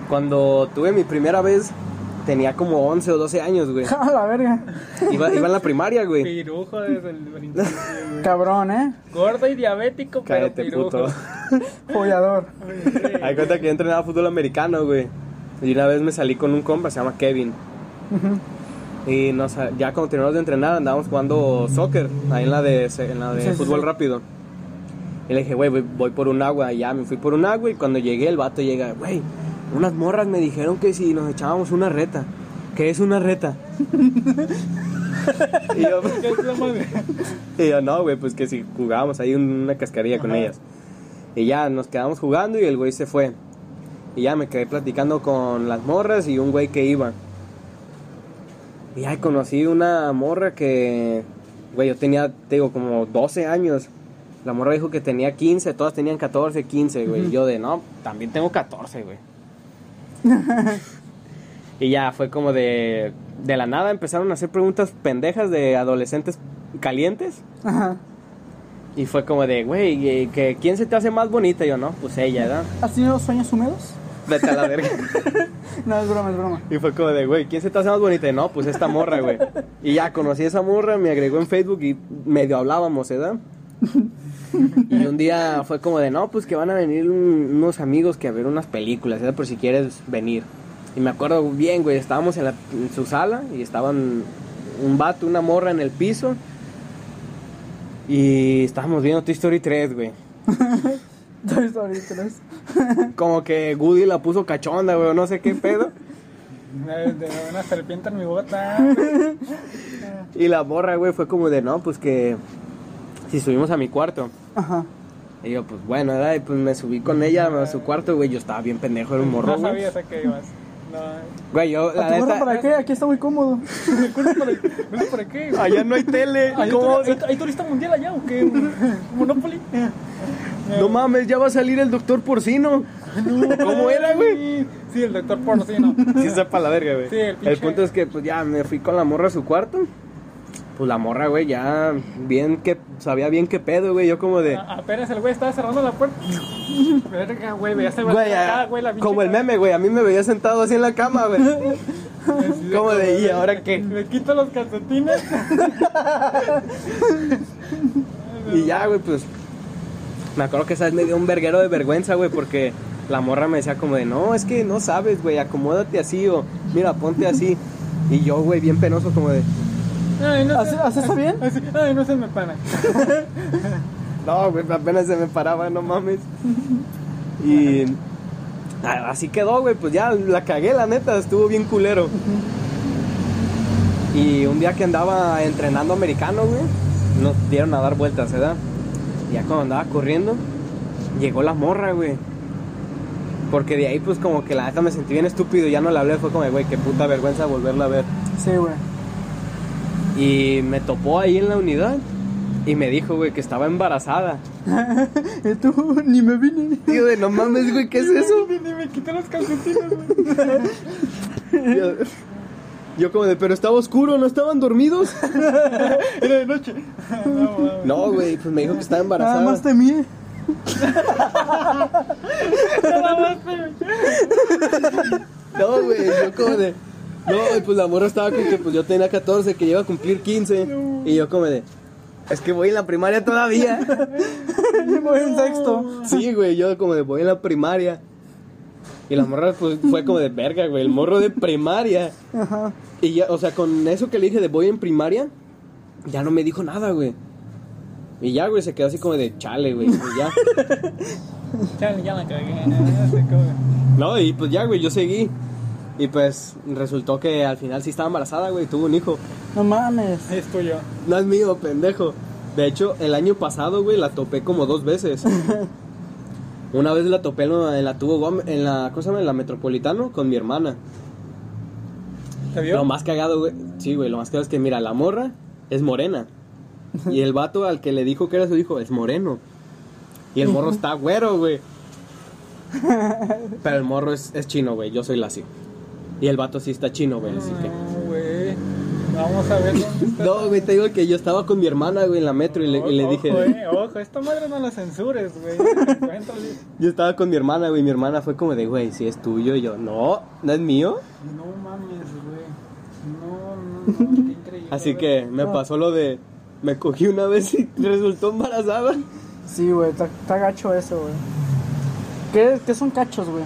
S2: Cuando tuve mi primera vez, tenía como 11 o 12 años, güey.
S6: A la verga.
S2: Iba, iba en la primaria, güey.
S3: Pirujo desde el principio, güey.
S6: Cabrón, ¿eh?
S3: Gordo y diabético, pero
S2: Cállate,
S3: pirujo.
S2: puto.
S6: Follador.
S2: Hay cuenta que yo entrenaba fútbol americano, güey. Y una vez me salí con un compa, se llama Kevin. Y nos, ya cuando terminamos de entrenar, andábamos jugando soccer, ahí en la de, en la de
S6: Sí, sí,
S2: fútbol
S6: sí.
S2: rápido. Y le dije, güey, voy, voy por un agua. Y ya me fui por un agua. Y cuando llegué, el vato llega, güey, unas morras me dijeron que si nos echábamos una reta. ¿Qué es una reta? y, yo,
S3: ¿Qué es lo más de-
S2: y yo, no, güey, pues que si jugábamos ahí un- una cascarilla con ellas. Y ya nos quedamos jugando y el güey se fue. Y ya me quedé platicando con las morras y un güey que iba. Y ya conocí una morra que, güey, yo tenía, te digo, como 12 años. La morra dijo que tenía 15, todas tenían 14, 15, güey. Y yo de, no, también tengo 14, güey. y ya fue como de, de la nada empezaron a hacer preguntas pendejas de adolescentes calientes.
S6: Ajá.
S2: Y fue como de, güey, eh, que ¿quién se te hace más bonita? Y yo, no, pues ella, ¿verdad?
S6: ¿Has tenido sueños húmedos?
S2: Vete a la verga.
S6: No, es broma, es broma.
S2: Y fue como de, güey, ¿quién se te hace más bonita? Y no, pues esta morra, güey. Y ya conocí a esa morra, me agregó en Facebook y medio hablábamos, ¿verdad? Y un día fue como de, no, pues que van a venir un- unos amigos que a ver unas películas, ¿verdad? Por si quieres venir. Y me acuerdo bien, güey, estábamos en, la- en su sala y estaban un vato, una morra en el piso. Y estábamos viendo Toy Story 3, güey.
S6: Toy Story 3.
S2: Como que Woody la puso cachonda, güey, no sé qué pedo.
S3: de- Eh, de una serpiente en mi bota.
S2: Y la borra, güey, fue como de, no, pues que si subimos a mi cuarto.
S6: Ajá.
S2: Y yo, pues bueno, ¿verdad? Y pues me subí con ella a su cuarto, güey. Yo estaba bien pendejo, era un morro,
S3: No
S2: güey.
S3: sabías a qué ibas. No.
S2: Güey, yo,
S6: ¿A tu
S2: la
S6: gorra
S2: neta. eh.
S6: para qué? Aquí está muy cómodo.
S3: ¿Cuál para, cuál para qué? güey?
S2: Allá no hay tele.
S3: ¿Hay,
S2: ¿Cómo?
S3: turi- hay- hay turista mundial allá o qué? güey? ¿Monopoly?
S2: No mames, ya va a salir el doctor porcino. ¿Cómo era, güey?
S3: Sí, el doctor porcino.
S2: Sí, está para la verga, güey.
S3: Sí, el pinche-
S2: el punto es que, pues ya me fui con la morra a su cuarto. Pues la morra, güey, ya bien que. Sabía bien qué pedo, güey. Yo como de.
S3: A- Apenas Ah, el güey estaba cerrando la puerta. Verga, güey, veías el
S2: Güey,
S3: acá,
S2: ah,
S3: güey, la pinche
S2: como el
S3: cara.
S2: meme, güey, a mí me veía sentado así en la cama, güey. como de, ¿y ahora qué?
S3: Le quito los calcetines.
S2: Y ya, güey, pues me acuerdo que esa vez me dio un verguero de vergüenza, güey, porque la morra me decía como de, "No, es que no sabes, güey, acomódate así o mira, ponte así." Y yo, güey, bien penoso como de,
S3: Ay, no
S6: ¿Haces
S3: sé.
S6: haces eso bien?
S3: Así, Ay, no se me pana.
S2: No, güey, apenas se me paraba, no mames. Y a- así quedó, güey, pues ya la cagué, la neta, estuvo bien culero. Y un día que andaba entrenando americano, güey, nos dieron a dar vueltas, ¿verdad? Ya cuando andaba corriendo, llegó la morra, güey. Porque de ahí, pues como que la neta me sentí bien estúpido, ya no la hablé, fue como, güey, qué puta vergüenza volverla a ver.
S6: Sí, güey.
S2: Y me topó ahí en la unidad y me dijo, güey, que estaba embarazada.
S6: Y Eh, tú ni me vine.
S2: Tío, de no mames, güey, ¿qué es eso?
S3: Ni me quité los calcetines, güey.
S2: Yo, yo como de, pero estaba oscuro, ¿no estaban dormidos?
S3: Era de noche. No, mames.
S2: No, güey, pues me dijo que estaba
S6: Nada
S2: embarazada.
S6: más temí.
S3: Nada más, güey.
S2: No, güey, yo como de... No, y pues la morra estaba con que pues yo tenía 14, que iba a cumplir 15. Y yo como de... Es que voy en la primaria todavía.
S6: Voy en sexto.
S2: Sí, güey, yo como de voy en la primaria. Y la morra pues, fue como de verga, güey, el morro de primaria.
S6: Ajá.
S2: Y ya, o sea, con eso que le dije de voy en primaria, ya no me dijo nada, güey. Y ya, güey, pues se quedó así como de chale, güey. Y ya.
S3: Chale, ya la cagué. no sé cómo.
S2: No, y pues ya, güey, yo seguí. Y pues resultó que al final sí estaba embarazada, güey, tuvo un hijo.
S4: No mames.
S3: Es tuyo.
S2: No es mío, pendejo. De hecho, el año pasado, güey, la topé como dos veces. Una vez la topé en la, en la tubo Guam- en la, ¿cómo se llama? En la Metropolitano con mi hermana.
S3: ¿Te vio?
S2: Lo más cagado, güey. Sí, güey, lo más cagado es que, mira, la morra es morena. Y el vato al que le dijo que era su hijo es moreno. Y el morro está güero, güey. Pero el morro es, es chino, güey. Yo soy lacio. Y el vato sí está chino, güey. Así que.
S3: No, güey. Vamos a ver dónde está.
S2: No, güey, te digo que yo estaba con mi hermana, güey, en la metro y le, y le
S3: Ojo,
S2: dije.
S3: eh, ojo, esta madre no la censures, güey. Encuéntrale.
S2: Yo estaba con mi hermana, güey. Mi hermana fue como de, güey, si es tuyo. Y yo, no, no es mío.
S3: No mames, güey. No, no, no, qué increíble.
S2: Así
S3: güey.
S2: que me pasó lo de. Me cogí una vez y resultó embarazada.
S4: Sí, güey, está- está gacho eso, güey. ¿Qué, ¿Qué son cachos, güey?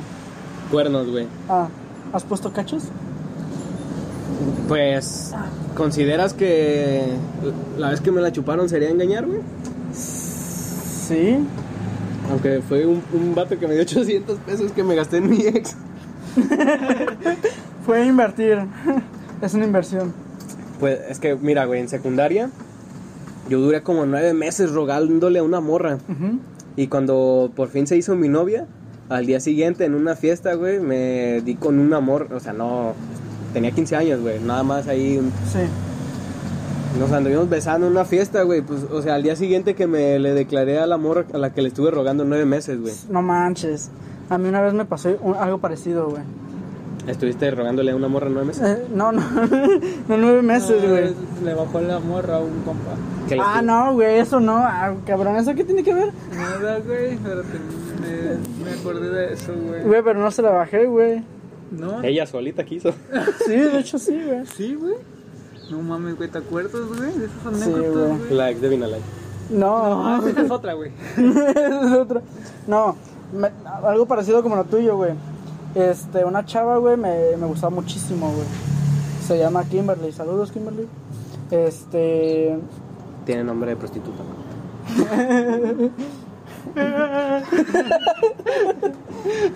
S2: Cuernos, güey.
S4: Ah, ¿has puesto cachos?
S2: Pues, ¿consideras que la vez que me la chuparon sería engañarme?
S4: Sí.
S2: Aunque fue un, un vato que me dio 800 pesos que me gasté en mi ex.
S4: Fue invertir. es una inversión.
S2: Pues es que, mira, güey, en secundaria yo duré como nueve meses rogándole a una morra.
S4: Ujú.
S2: Y cuando por fin se hizo mi novia, al día siguiente en una fiesta, güey, me di con un amor. O sea, no. Tenía 15 años, güey. Nada más ahí
S4: Sí.
S2: Nos anduvimos besando en una fiesta, güey. Pues, o sea, al día siguiente que me le declaré al amor a la que le estuve rogando nueve meses, güey.
S4: No manches. A mí una vez me pasó un- algo parecido, güey.
S2: ¿Estuviste rogándole a una morra nueve meses?
S4: Eh, no, no. no nueve meses, güey.
S3: Ah, Le bajó la morra a un compa.
S2: Que le
S4: Ah,
S2: estuve-
S4: no, güey, eso no. Ah, cabrón, ¿eso qué tiene que ver?
S3: Nada, güey, pero te- me, me acordé de eso, güey.
S4: Güey, pero no se la bajé, güey.
S3: No,
S2: Ella solita quiso.
S4: Sí, de hecho sí, güey.
S3: sí, güey. No mames, güey, ¿te acuerdas, güey? De esas
S4: Sí,
S3: anécdotas, güey.
S2: la ex de Vinalay.
S4: No.
S3: Ah, esa es otra, güey.
S4: Esa es otra. No, me- algo parecido como lo tuyo, güey. Este, una chava, güey, me, me gustaba muchísimo, güey. Se llama Kimberly. Saludos, Kimberly. Este.
S2: Tiene nombre de prostituta.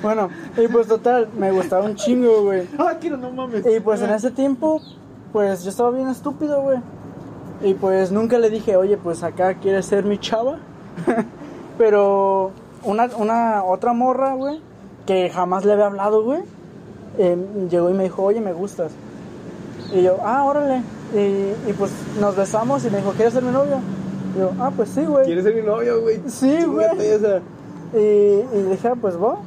S4: Bueno, y pues total, me gustaba un chingo, güey.
S3: Ah, quiero, no mames.
S4: Y pues en ese tiempo, pues yo estaba bien estúpido, güey. Y pues nunca le dije, oye, pues acá quieres ser mi chava. Pero una, una otra morra, güey, que jamás le había hablado, güey, eh, llegó y me dijo, oye, me gustas. Y yo, ah, órale. Y, y, pues nos besamos y me dijo, ¿quieres ser mi novio? Y yo, ah, pues sí, güey.
S2: ser mi novio, güey?
S4: Sí, güey.
S2: Chíngate esa.
S4: Y, y dije, "Ah, pues vos.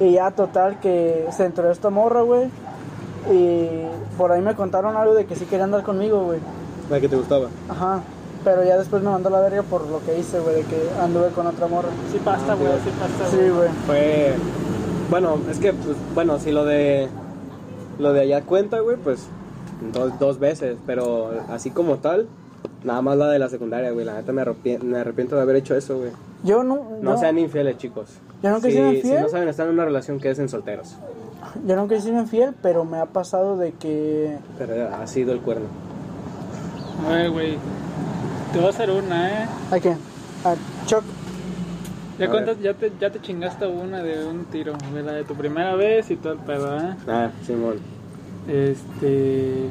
S4: Y ya total que se entró esta morra, güey. Y por ahí me contaron algo de que sí quería andar conmigo, güey.
S2: La que te gustaba.
S4: Ajá. Pero ya después me mandó a la verga por lo que hice, güey, de que anduve con otra morra.
S3: Sí pasa, güey, sí pasa,
S4: Sí, güey.
S2: Fue. Bueno, es que, pues, bueno, si lo de. Lo de allá cuenta, güey, pues. Dos, dos veces, pero así como tal, nada más la de la secundaria, güey. La neta me, arrepie- me arrepiento de haber hecho eso, güey.
S4: Yo no,
S2: No,
S4: yo-
S2: sean infieles, chicos.
S4: Yo nunca he
S2: si,
S4: sido
S2: si
S4: infiel.
S2: no saben estar en una relación, que en solteros.
S4: yo nunca he sido infiel, pero me ha pasado de que...
S2: Pero ha sido el cuerno.
S3: A ver, güey. Te voy a hacer una, ¿eh?
S4: ¿A qué? A Choc.
S3: Ya,
S2: A
S3: cuentas, ya, te, ya te chingaste una de un tiro, de la de tu primera vez y todo el pedo, ¿eh?
S2: Ah, Simón.
S3: Este.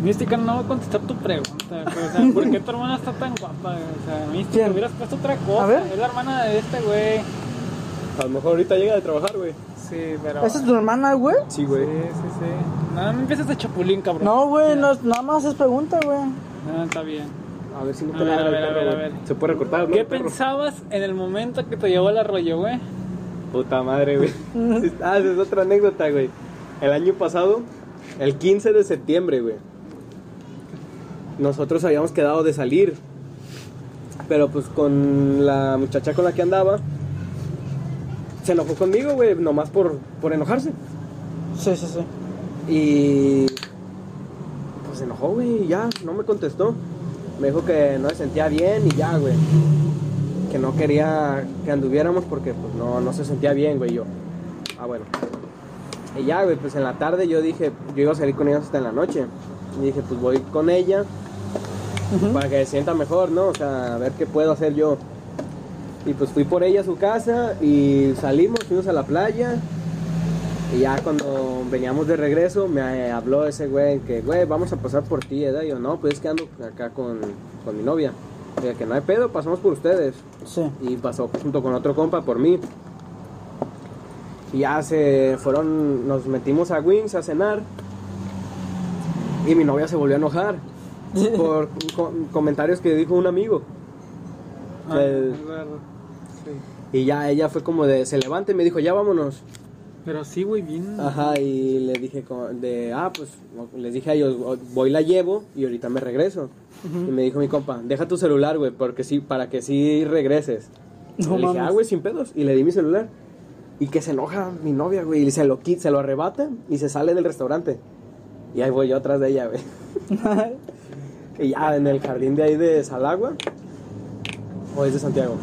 S3: Mística no va a contestar tu pregunta. pero, o sea, ¿por qué tu hermana está tan guapa? güey? O sea, Mística,
S4: ¿Quién?
S3: hubieras puesto otra cosa.
S4: A ver.
S3: Es la hermana de este güey.
S2: A lo mejor ahorita llega de trabajar, güey.
S3: Sí, pero.
S4: ¿Esa es tu hermana, güey?
S2: Sí,
S3: Sí,
S2: güey.
S3: sí, sí. No, no empieces de chapulín, cabrón.
S4: No, güey, no, es- nada más es pregunta, güey.
S3: No, está bien.
S2: A ver si no
S3: A
S2: te
S3: ver,
S2: agarra
S3: a
S2: el
S3: ver, a
S2: perro,
S3: ver, a
S2: güey.
S3: ver.
S2: Se puede recortar, ¿no?
S3: ¿Qué
S2: El perro.
S3: pensabas en el momento que te llevó el arroyo, güey?
S2: Puta madre, güey. ah, esa es otra anécdota, güey. El año pasado, el 15 de septiembre, güey. Nosotros habíamos quedado de salir. Pero pues con la muchacha con la que andaba, se enojó conmigo, güey, nomás por, por enojarse.
S4: Sí, sí, sí.
S2: Y pues se enojó, güey, y ya, no me contestó. Me dijo que no se sentía bien y ya, güey. Que no quería que anduviéramos porque pues no, no se sentía bien, güey, yo. Ah, bueno. Y ya, güey, pues en la tarde yo dije, yo iba a salir con ellos hasta en la noche. Y dije, pues voy con ella para que se sienta mejor, ¿no? O sea, a ver qué puedo hacer yo. Y pues fui por ella a su casa y salimos, fuimos a la playa. Y ya cuando veníamos de regreso me habló ese güey que, güey, vamos a pasar por ti, ¿verdad? Y yo, no, pues es que ando acá con, con mi novia. Y yo, que no hay pedo, pasamos por ustedes.
S6: Sí.
S2: Y pasó junto con otro compa por mí. Y ya se fueron, nos metimos a Wings a cenar. Y mi novia se volvió a enojar por co- comentarios que dijo un amigo.
S3: Ah,
S2: El-
S3: es verdad, sí.
S2: y ya ella fue como de, se levanta y me dijo, ya vámonos.
S3: Pero sí, güey, bien.
S2: Ajá, y le dije como de, ah, pues les dije a ellos, "O- voy la llevo y ahorita me regreso. Y me dijo mi compa, deja tu celular, güey, porque sí, para que sí regreses.
S6: No
S2: le dije,
S6: mames.
S2: ah, güey, sin pedos. Y le di mi celular. Y que se enoja mi novia, güey, y se lo quita, se lo arrebata y se sale del restaurante. Y ahí voy yo atrás de ella, güey. y ya en el jardín de ahí de Salagua, o es de Santiago.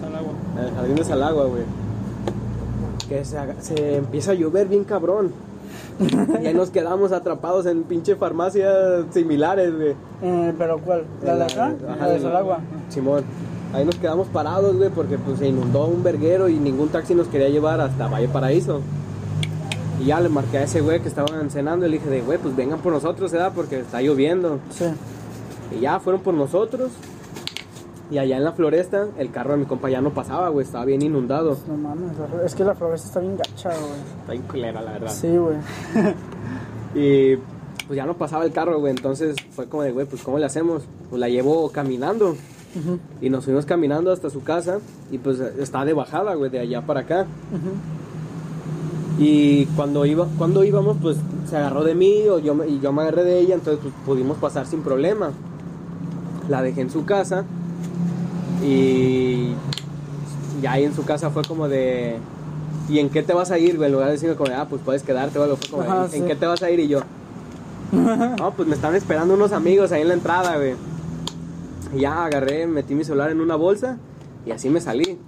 S3: Sal agua.
S2: En el jardín de Salagua, güey. Que se, haga- se empieza a llover bien cabrón. y ahí nos quedamos atrapados en pinche farmacias similares, güey.
S4: Eh, pero ¿cuál? ¿La de acá?
S2: Ajá,
S4: ¿La de
S2: la-
S4: Salagua?
S2: Simón. Ahí nos quedamos parados, güey, porque pues se inundó un verguero y ningún taxi nos quería llevar hasta Valle Paraíso. Y ya le marqué a ese güey que estaban cenando y le dije, de, güey, pues vengan por nosotros, ¿verdad? Porque está lloviendo.
S6: Sí.
S2: Y ya fueron por nosotros. Y allá en la floresta, el carro de mi compa ya no pasaba, güey, estaba bien inundado.
S6: No mames, la- es que la floresta está bien gacha, güey.
S2: Está bien culera, la verdad.
S6: Sí, güey.
S2: Y pues ya no pasaba el carro, güey. Entonces fue como de, güey, pues ¿cómo le hacemos? Pues la llevo caminando. Y nos fuimos caminando hasta su casa. Y pues está de bajada, güey, de allá para acá. Y cuando, iba, cuando íbamos, pues se agarró de mí o yo, me- y yo me agarré de ella. Entonces pues, pudimos pasar sin problema. La dejé en su casa. Y ya ahí en su casa fue como de. ¿Y en qué te vas a ir, güey? En lugar de decirme como, de, ah, pues puedes quedarte o algo. Fue como, de,
S6: Ajá,
S2: ¿en
S6: sí.
S2: qué te vas a ir? Y yo, no, pues me están esperando unos amigos ahí en la entrada, güey. Y Ya agarré, metí mi celular en una bolsa y así me salí.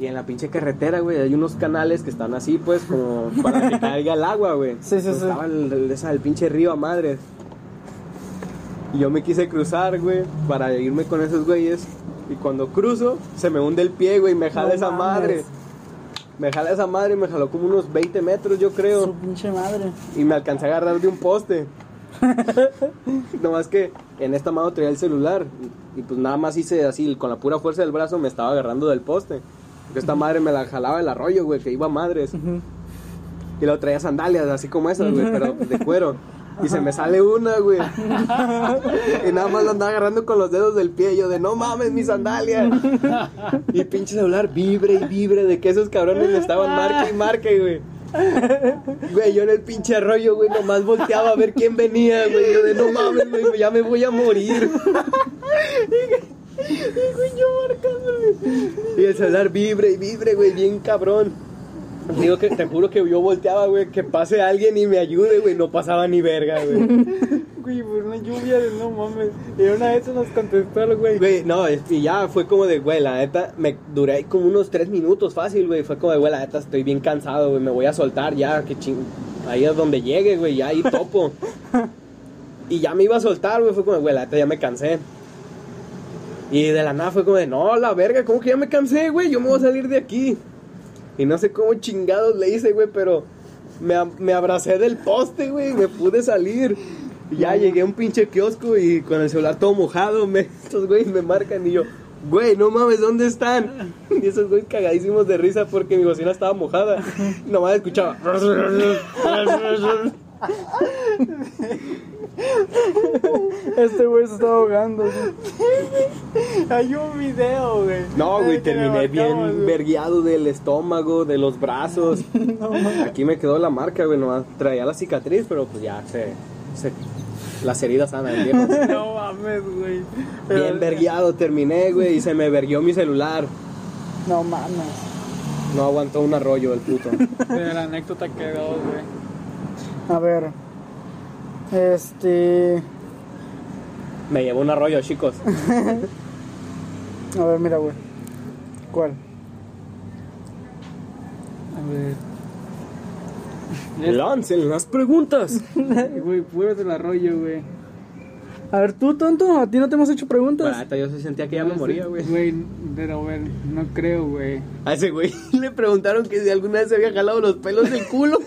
S2: Y en la pinche carretera, güey, hay unos canales que están así, pues, como para que caiga el agua, güey.
S6: Sí, sí,
S2: Pues
S6: sí.
S2: Estaba el, el- esa, el pinche río a madres. Y yo me quise cruzar, güey, para irme con esos güeyes. Y cuando cruzo, se me hunde el pie, güey, y me jala
S6: No
S2: esa
S6: mames.
S2: madre. Me jala esa madre, me jaló como unos 20 metros, yo creo
S6: Su pinche madre.
S2: y me alcancé a agarrar de un poste. no más que en esta mano traía el celular y, y pues nada más hice así, con la pura fuerza del brazo me estaba agarrando del poste. Porque esta madre me la jalaba el arroyo, güey, que iba a madres. Y luego traía sandalias, así como esas, güey, pero de cuero. Y se me sale una, güey. Y nada más la andaba agarrando con los dedos del pie. y Yo de, no mames, mis sandalias. Y pinche celular vibre y vibre de que esos cabrones me estaban marque y marque, güey. Güey, yo en el pinche arroyo, güey, nomás volteaba a ver quién venía, güey. Yo de no mames, güey, pues ya me voy a morir. Y el celular vibre y vibre, güey, bien cabrón. Digo que te juro que yo volteaba, güey, que pase alguien y me ayude, güey. No pasaba ni verga, güey.
S3: Güey, por una lluvia de no mames. Y en una de esas nos contestó el güey.
S2: Güey, no, y ya fue como de, güey, la neta, me duré ahí como unos tres minutos fácil, güey. Fue como de, güey, la neta, estoy bien cansado, güey, me voy a soltar ya, que ching. Ahí es donde llegue, güey, ya ahí topo. y ya me iba a soltar, güey, fue como de, güey, la neta, ya me cansé. Y de la nada fue como de, no, la verga, ¿cómo que ya me cansé, güey? Yo me voy a salir de aquí. Y no sé cómo chingados le hice, güey, pero me, a- me abracé del poste, güey, me pude salir. Y ya llegué a un pinche kiosco y con el celular todo mojado, me, estos güeyes me marcan y yo, güey, no mames, ¿dónde están? Y esos güeyes cagadísimos de risa porque mi bocina estaba mojada. Nomás escuchaba.
S6: Este güey se está ahogando. güey.
S3: Hay un video, güey.
S2: No, güey,
S3: Ay, que le
S2: terminé
S3: marcamos,
S2: bien
S3: güey.
S2: vergueado del estómago, de los brazos. Aquí me quedó la marca, güey, nomás traía la cicatriz, pero pues ya se... se- las heridas sanas, viejo.
S3: No mames, güey. Pero-
S2: Bien vergueado terminé, güey, y se me vergueó mi celular.
S6: No mames.
S2: No aguantó un arroyo el puto.
S3: De la anécdota quedó, güey.
S6: A ver. Este.
S2: Me llevó un arroyo, chicos.
S6: A ver, mira, güey. ¿Cuál?
S3: A ver.
S2: Lancen las preguntas.
S3: Güey, puros del arroyo, güey.
S4: A ver, tú, tonto, a ti no te hemos hecho preguntas.
S2: Barata, yo se sentía que ya me moría, güey.
S3: Güey, pero, güey, no creo, güey.
S2: A ese güey le preguntaron que si alguna vez se había jalado los pelos del culo.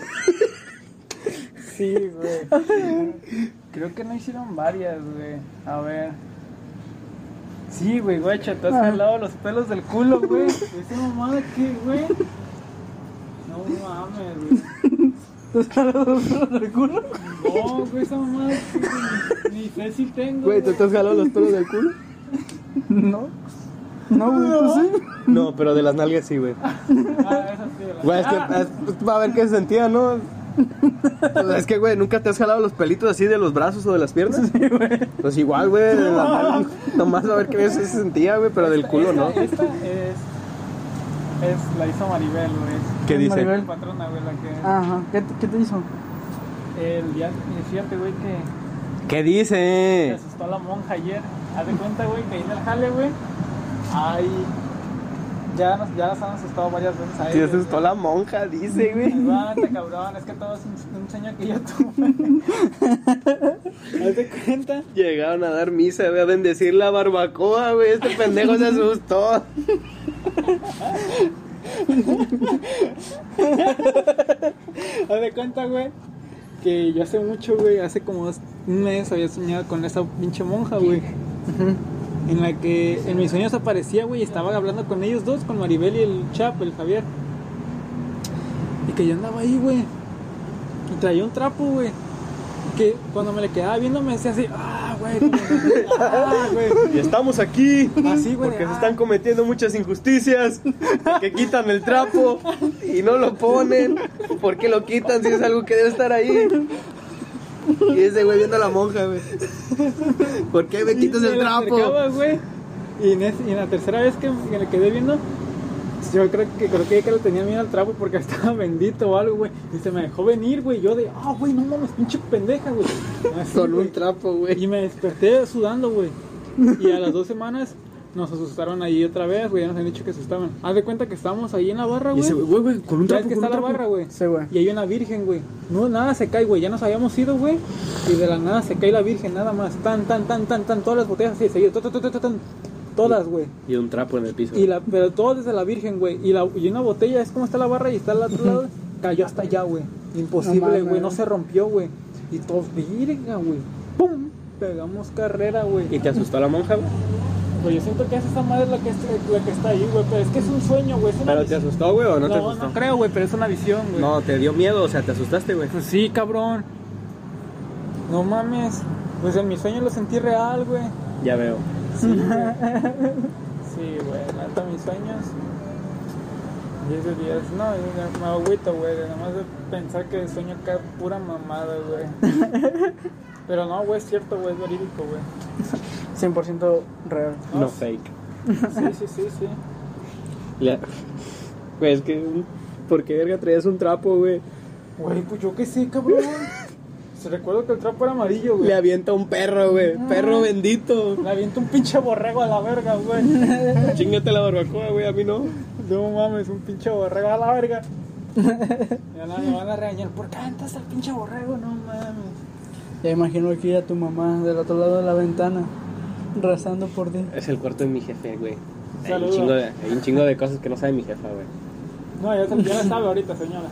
S3: Sí, güey. Creo que no hicieron varias, güey. A ver. Sí, güey, güey, te has
S2: Ah.
S3: jalado los pelos del culo, güey. Esa mamada que, güey. No mames, güey. No, güey, esa mamada que, güey, ni sé si tengo.
S2: Güey, ¿tú te has jalado los pelos del culo?
S6: No. No, güey, tú sí.
S2: No, pero de las nalgas sí, güey.
S3: Ah, esa sí, la-
S2: Güey, es que va a ver qué se sentía, ¿no? O sea, Es que, güey, ¿nunca te has jalado los pelitos así de los brazos o de las piernas? Pues igual, güey, de las nalgas, nomás a ver qué se sentía, güey, pero del culo,
S3: esta,
S2: ¿no?
S3: Esta es. Es la hizo Maribel, güey.
S2: ¿Qué dice?
S3: Es la patrona, güey, la que.
S2: Ah.
S6: Ajá. ¿Qué, te- qué te hizo?
S3: El día, fíjate, güey, que.
S2: ¿Qué
S3: Se
S2: dice?
S3: asustó a la monja ayer. Haz de cuenta, güey, que ahí en el jale, güey. Ay. Ya nos, ya nos han asustado varias veces ahí.
S2: Si asustó la monja, dice, güey.
S3: Aguanta, cabrón, es que todo es un, un sueño que yo tuve. Haz de cuenta.
S2: Llegaron a dar misa, güey, a bendecir la barbacoa, güey. Este pendejo se asustó.
S3: Haz de cuenta, güey. Que yo hace mucho, güey, hace como dos- un mes había soñado con esa pinche monja, güey. En la que en mis sueños aparecía, güey, y estaba hablando con ellos dos, con Maribel y el Chap, el Javier. Y que yo andaba ahí, güey. Y traía un trapo, güey. Y Que cuando me le quedaba viendo me decía así, ah, güey, como que- ah, güey.
S2: Y estamos aquí.
S3: Así, güey,
S2: Porque se
S3: ah.
S2: están cometiendo muchas injusticias. Que quitan el trapo y no lo ponen. ¿Por qué lo quitan si es algo que debe estar ahí? Y ese güey viendo a la monja, güey. ¿Por qué me quitas
S3: Y
S2: el
S3: me la
S2: trapo?
S3: acercaba, güey. Y en, es- y en la tercera vez que me le quedé viendo, yo creo que creo que, que le tenía miedo al trapo porque estaba bendito o algo, güey. Y se me dejó venir, güey. Yo de, ah, güey, no mames, pinche pendeja, güey. Así,
S2: Con
S3: güey.
S2: un trapo, güey.
S3: Y me desperté sudando, güey. Y a las dos semanas nos asustaron ahí otra vez, güey. Ya nos han dicho que asustaban. Haz de cuenta que estábamos ahí en la barra,
S2: Y
S3: güey.
S2: ese güey, güey, güey, con un
S3: Ya
S2: trapo.
S3: ves que
S2: con
S3: está
S2: un trapo.
S3: la barra, Ah, güey.
S4: Sí, güey.
S3: Y hay una virgen, güey. No, nada se cae, güey. Ya nos habíamos ido, güey. Y de la nada se cae la virgen, nada más. Tan, tan, tan, tan, tan. Todas las botellas así de seguido. Tan, tan, tan, tan, tan. Todas, güey.
S2: Y un trapo en el piso.
S3: Y la, pero todo desde la virgen, güey. Y, la, y una botella, es como está la barra y está al otro lado. Cayó hasta allá, güey.
S4: No
S3: Imposible,
S4: mames.
S3: güey. No se rompió, güey. Y todos, virga, güey. ¡Pum! Pegamos carrera, güey.
S2: ¿Y te asustó la monja, güey?
S3: Güey, yo siento que es esa madre la que, es- la que está ahí, güey. Pero es que es un sueño, güey. Es una
S2: ¿Pero te
S3: visión.
S2: asustó, güey, o no, te
S3: No,
S2: asustó?
S3: no creo, güey, pero es una visión, güey.
S2: No, te dio miedo, o sea, te asustaste, güey.
S3: Pues sí, cabrón. No mames. Pues en mi sueño lo sentí real, güey.
S2: Ya veo.
S3: Sí, güey. Sí, güey. la neta, mis sueños. 10 de 10. No, yo me agüito, güey. Nada más de pensar que sueño acá pura mamada, güey. Pero no, güey, es cierto, güey. Es verídico, güey.
S4: 100% real.
S2: No fake.
S3: Sí, sí, sí, sí.
S2: La- Güey, es que. un- ¿Por qué verga traías un trapo, güey?
S3: Güey, pues yo qué sé, cabrón. Se recuerdo que el trapo era amarillo, güey.
S2: Le avienta un perro, güey. Perro bendito.
S3: Le aviento un pinche borrego a la verga, güey.
S2: Chingate la barbacoa, güey. A mí no.
S3: No mames, un pinche borrego a la verga. Ya nada, me van a regañar. ¿Por qué aventas al pinche borrego? No mames.
S6: Ya imagino aquí a tu mamá del otro lado de la ventana, rezando por ti.
S2: Es el cuarto de mi jefe, güey. Hay un,
S3: Saludos.
S2: chingo de, hay un chingo de cosas que no sabe mi jefa, güey.
S3: No, ya, se- ya la sabe ahorita, señora.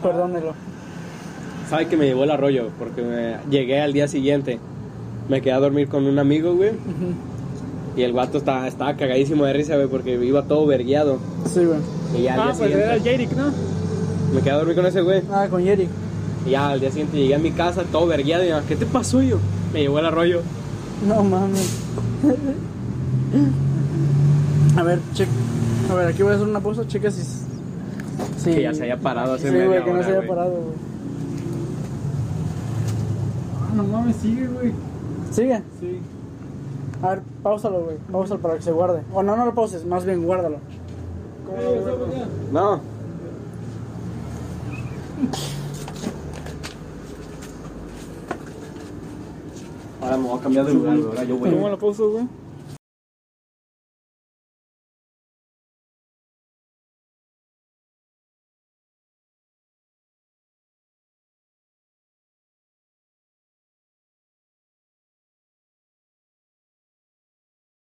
S6: Perdónelo.
S2: Sabe que me llevó el arroyo porque me- llegué al día siguiente. Me quedé a dormir con un amigo, güey. Y el guato estaba, estaba cagadísimo de risa, güey, porque iba todo vergueado.
S6: Sí, güey.
S2: Y
S3: Ah,
S2: ya al
S3: pues
S2: día siguiente.
S3: Jerick, ¿no?
S2: Me quedé a dormir con ese güey.
S6: Ah, con Jerry.
S2: Y ya al día siguiente llegué a mi casa todo vergueado y me ¿qué te pasó yo? Me llevó el arroyo.
S6: No mames.
S4: A ver, checa. A ver, aquí voy a hacer una pausa, checa si. s- si-
S2: Que ya se haya parado hace
S4: Sí,
S2: media
S4: güey, que no
S2: hora,
S4: se haya
S2: güey.
S4: parado, güey.
S3: Ah, no mames, sigue, güey.
S4: Sigue.
S3: Sí.
S4: A ver, pausalo, güey. Pausalo para que se guarde. O no, no lo pauses, más bien guárdalo.
S3: ¿Cómo lo veo, güey?
S2: No. Ahora me voy a cambiar de lugar, güey. Ahora yo voy.
S3: ¿Cómo lo puso, güey?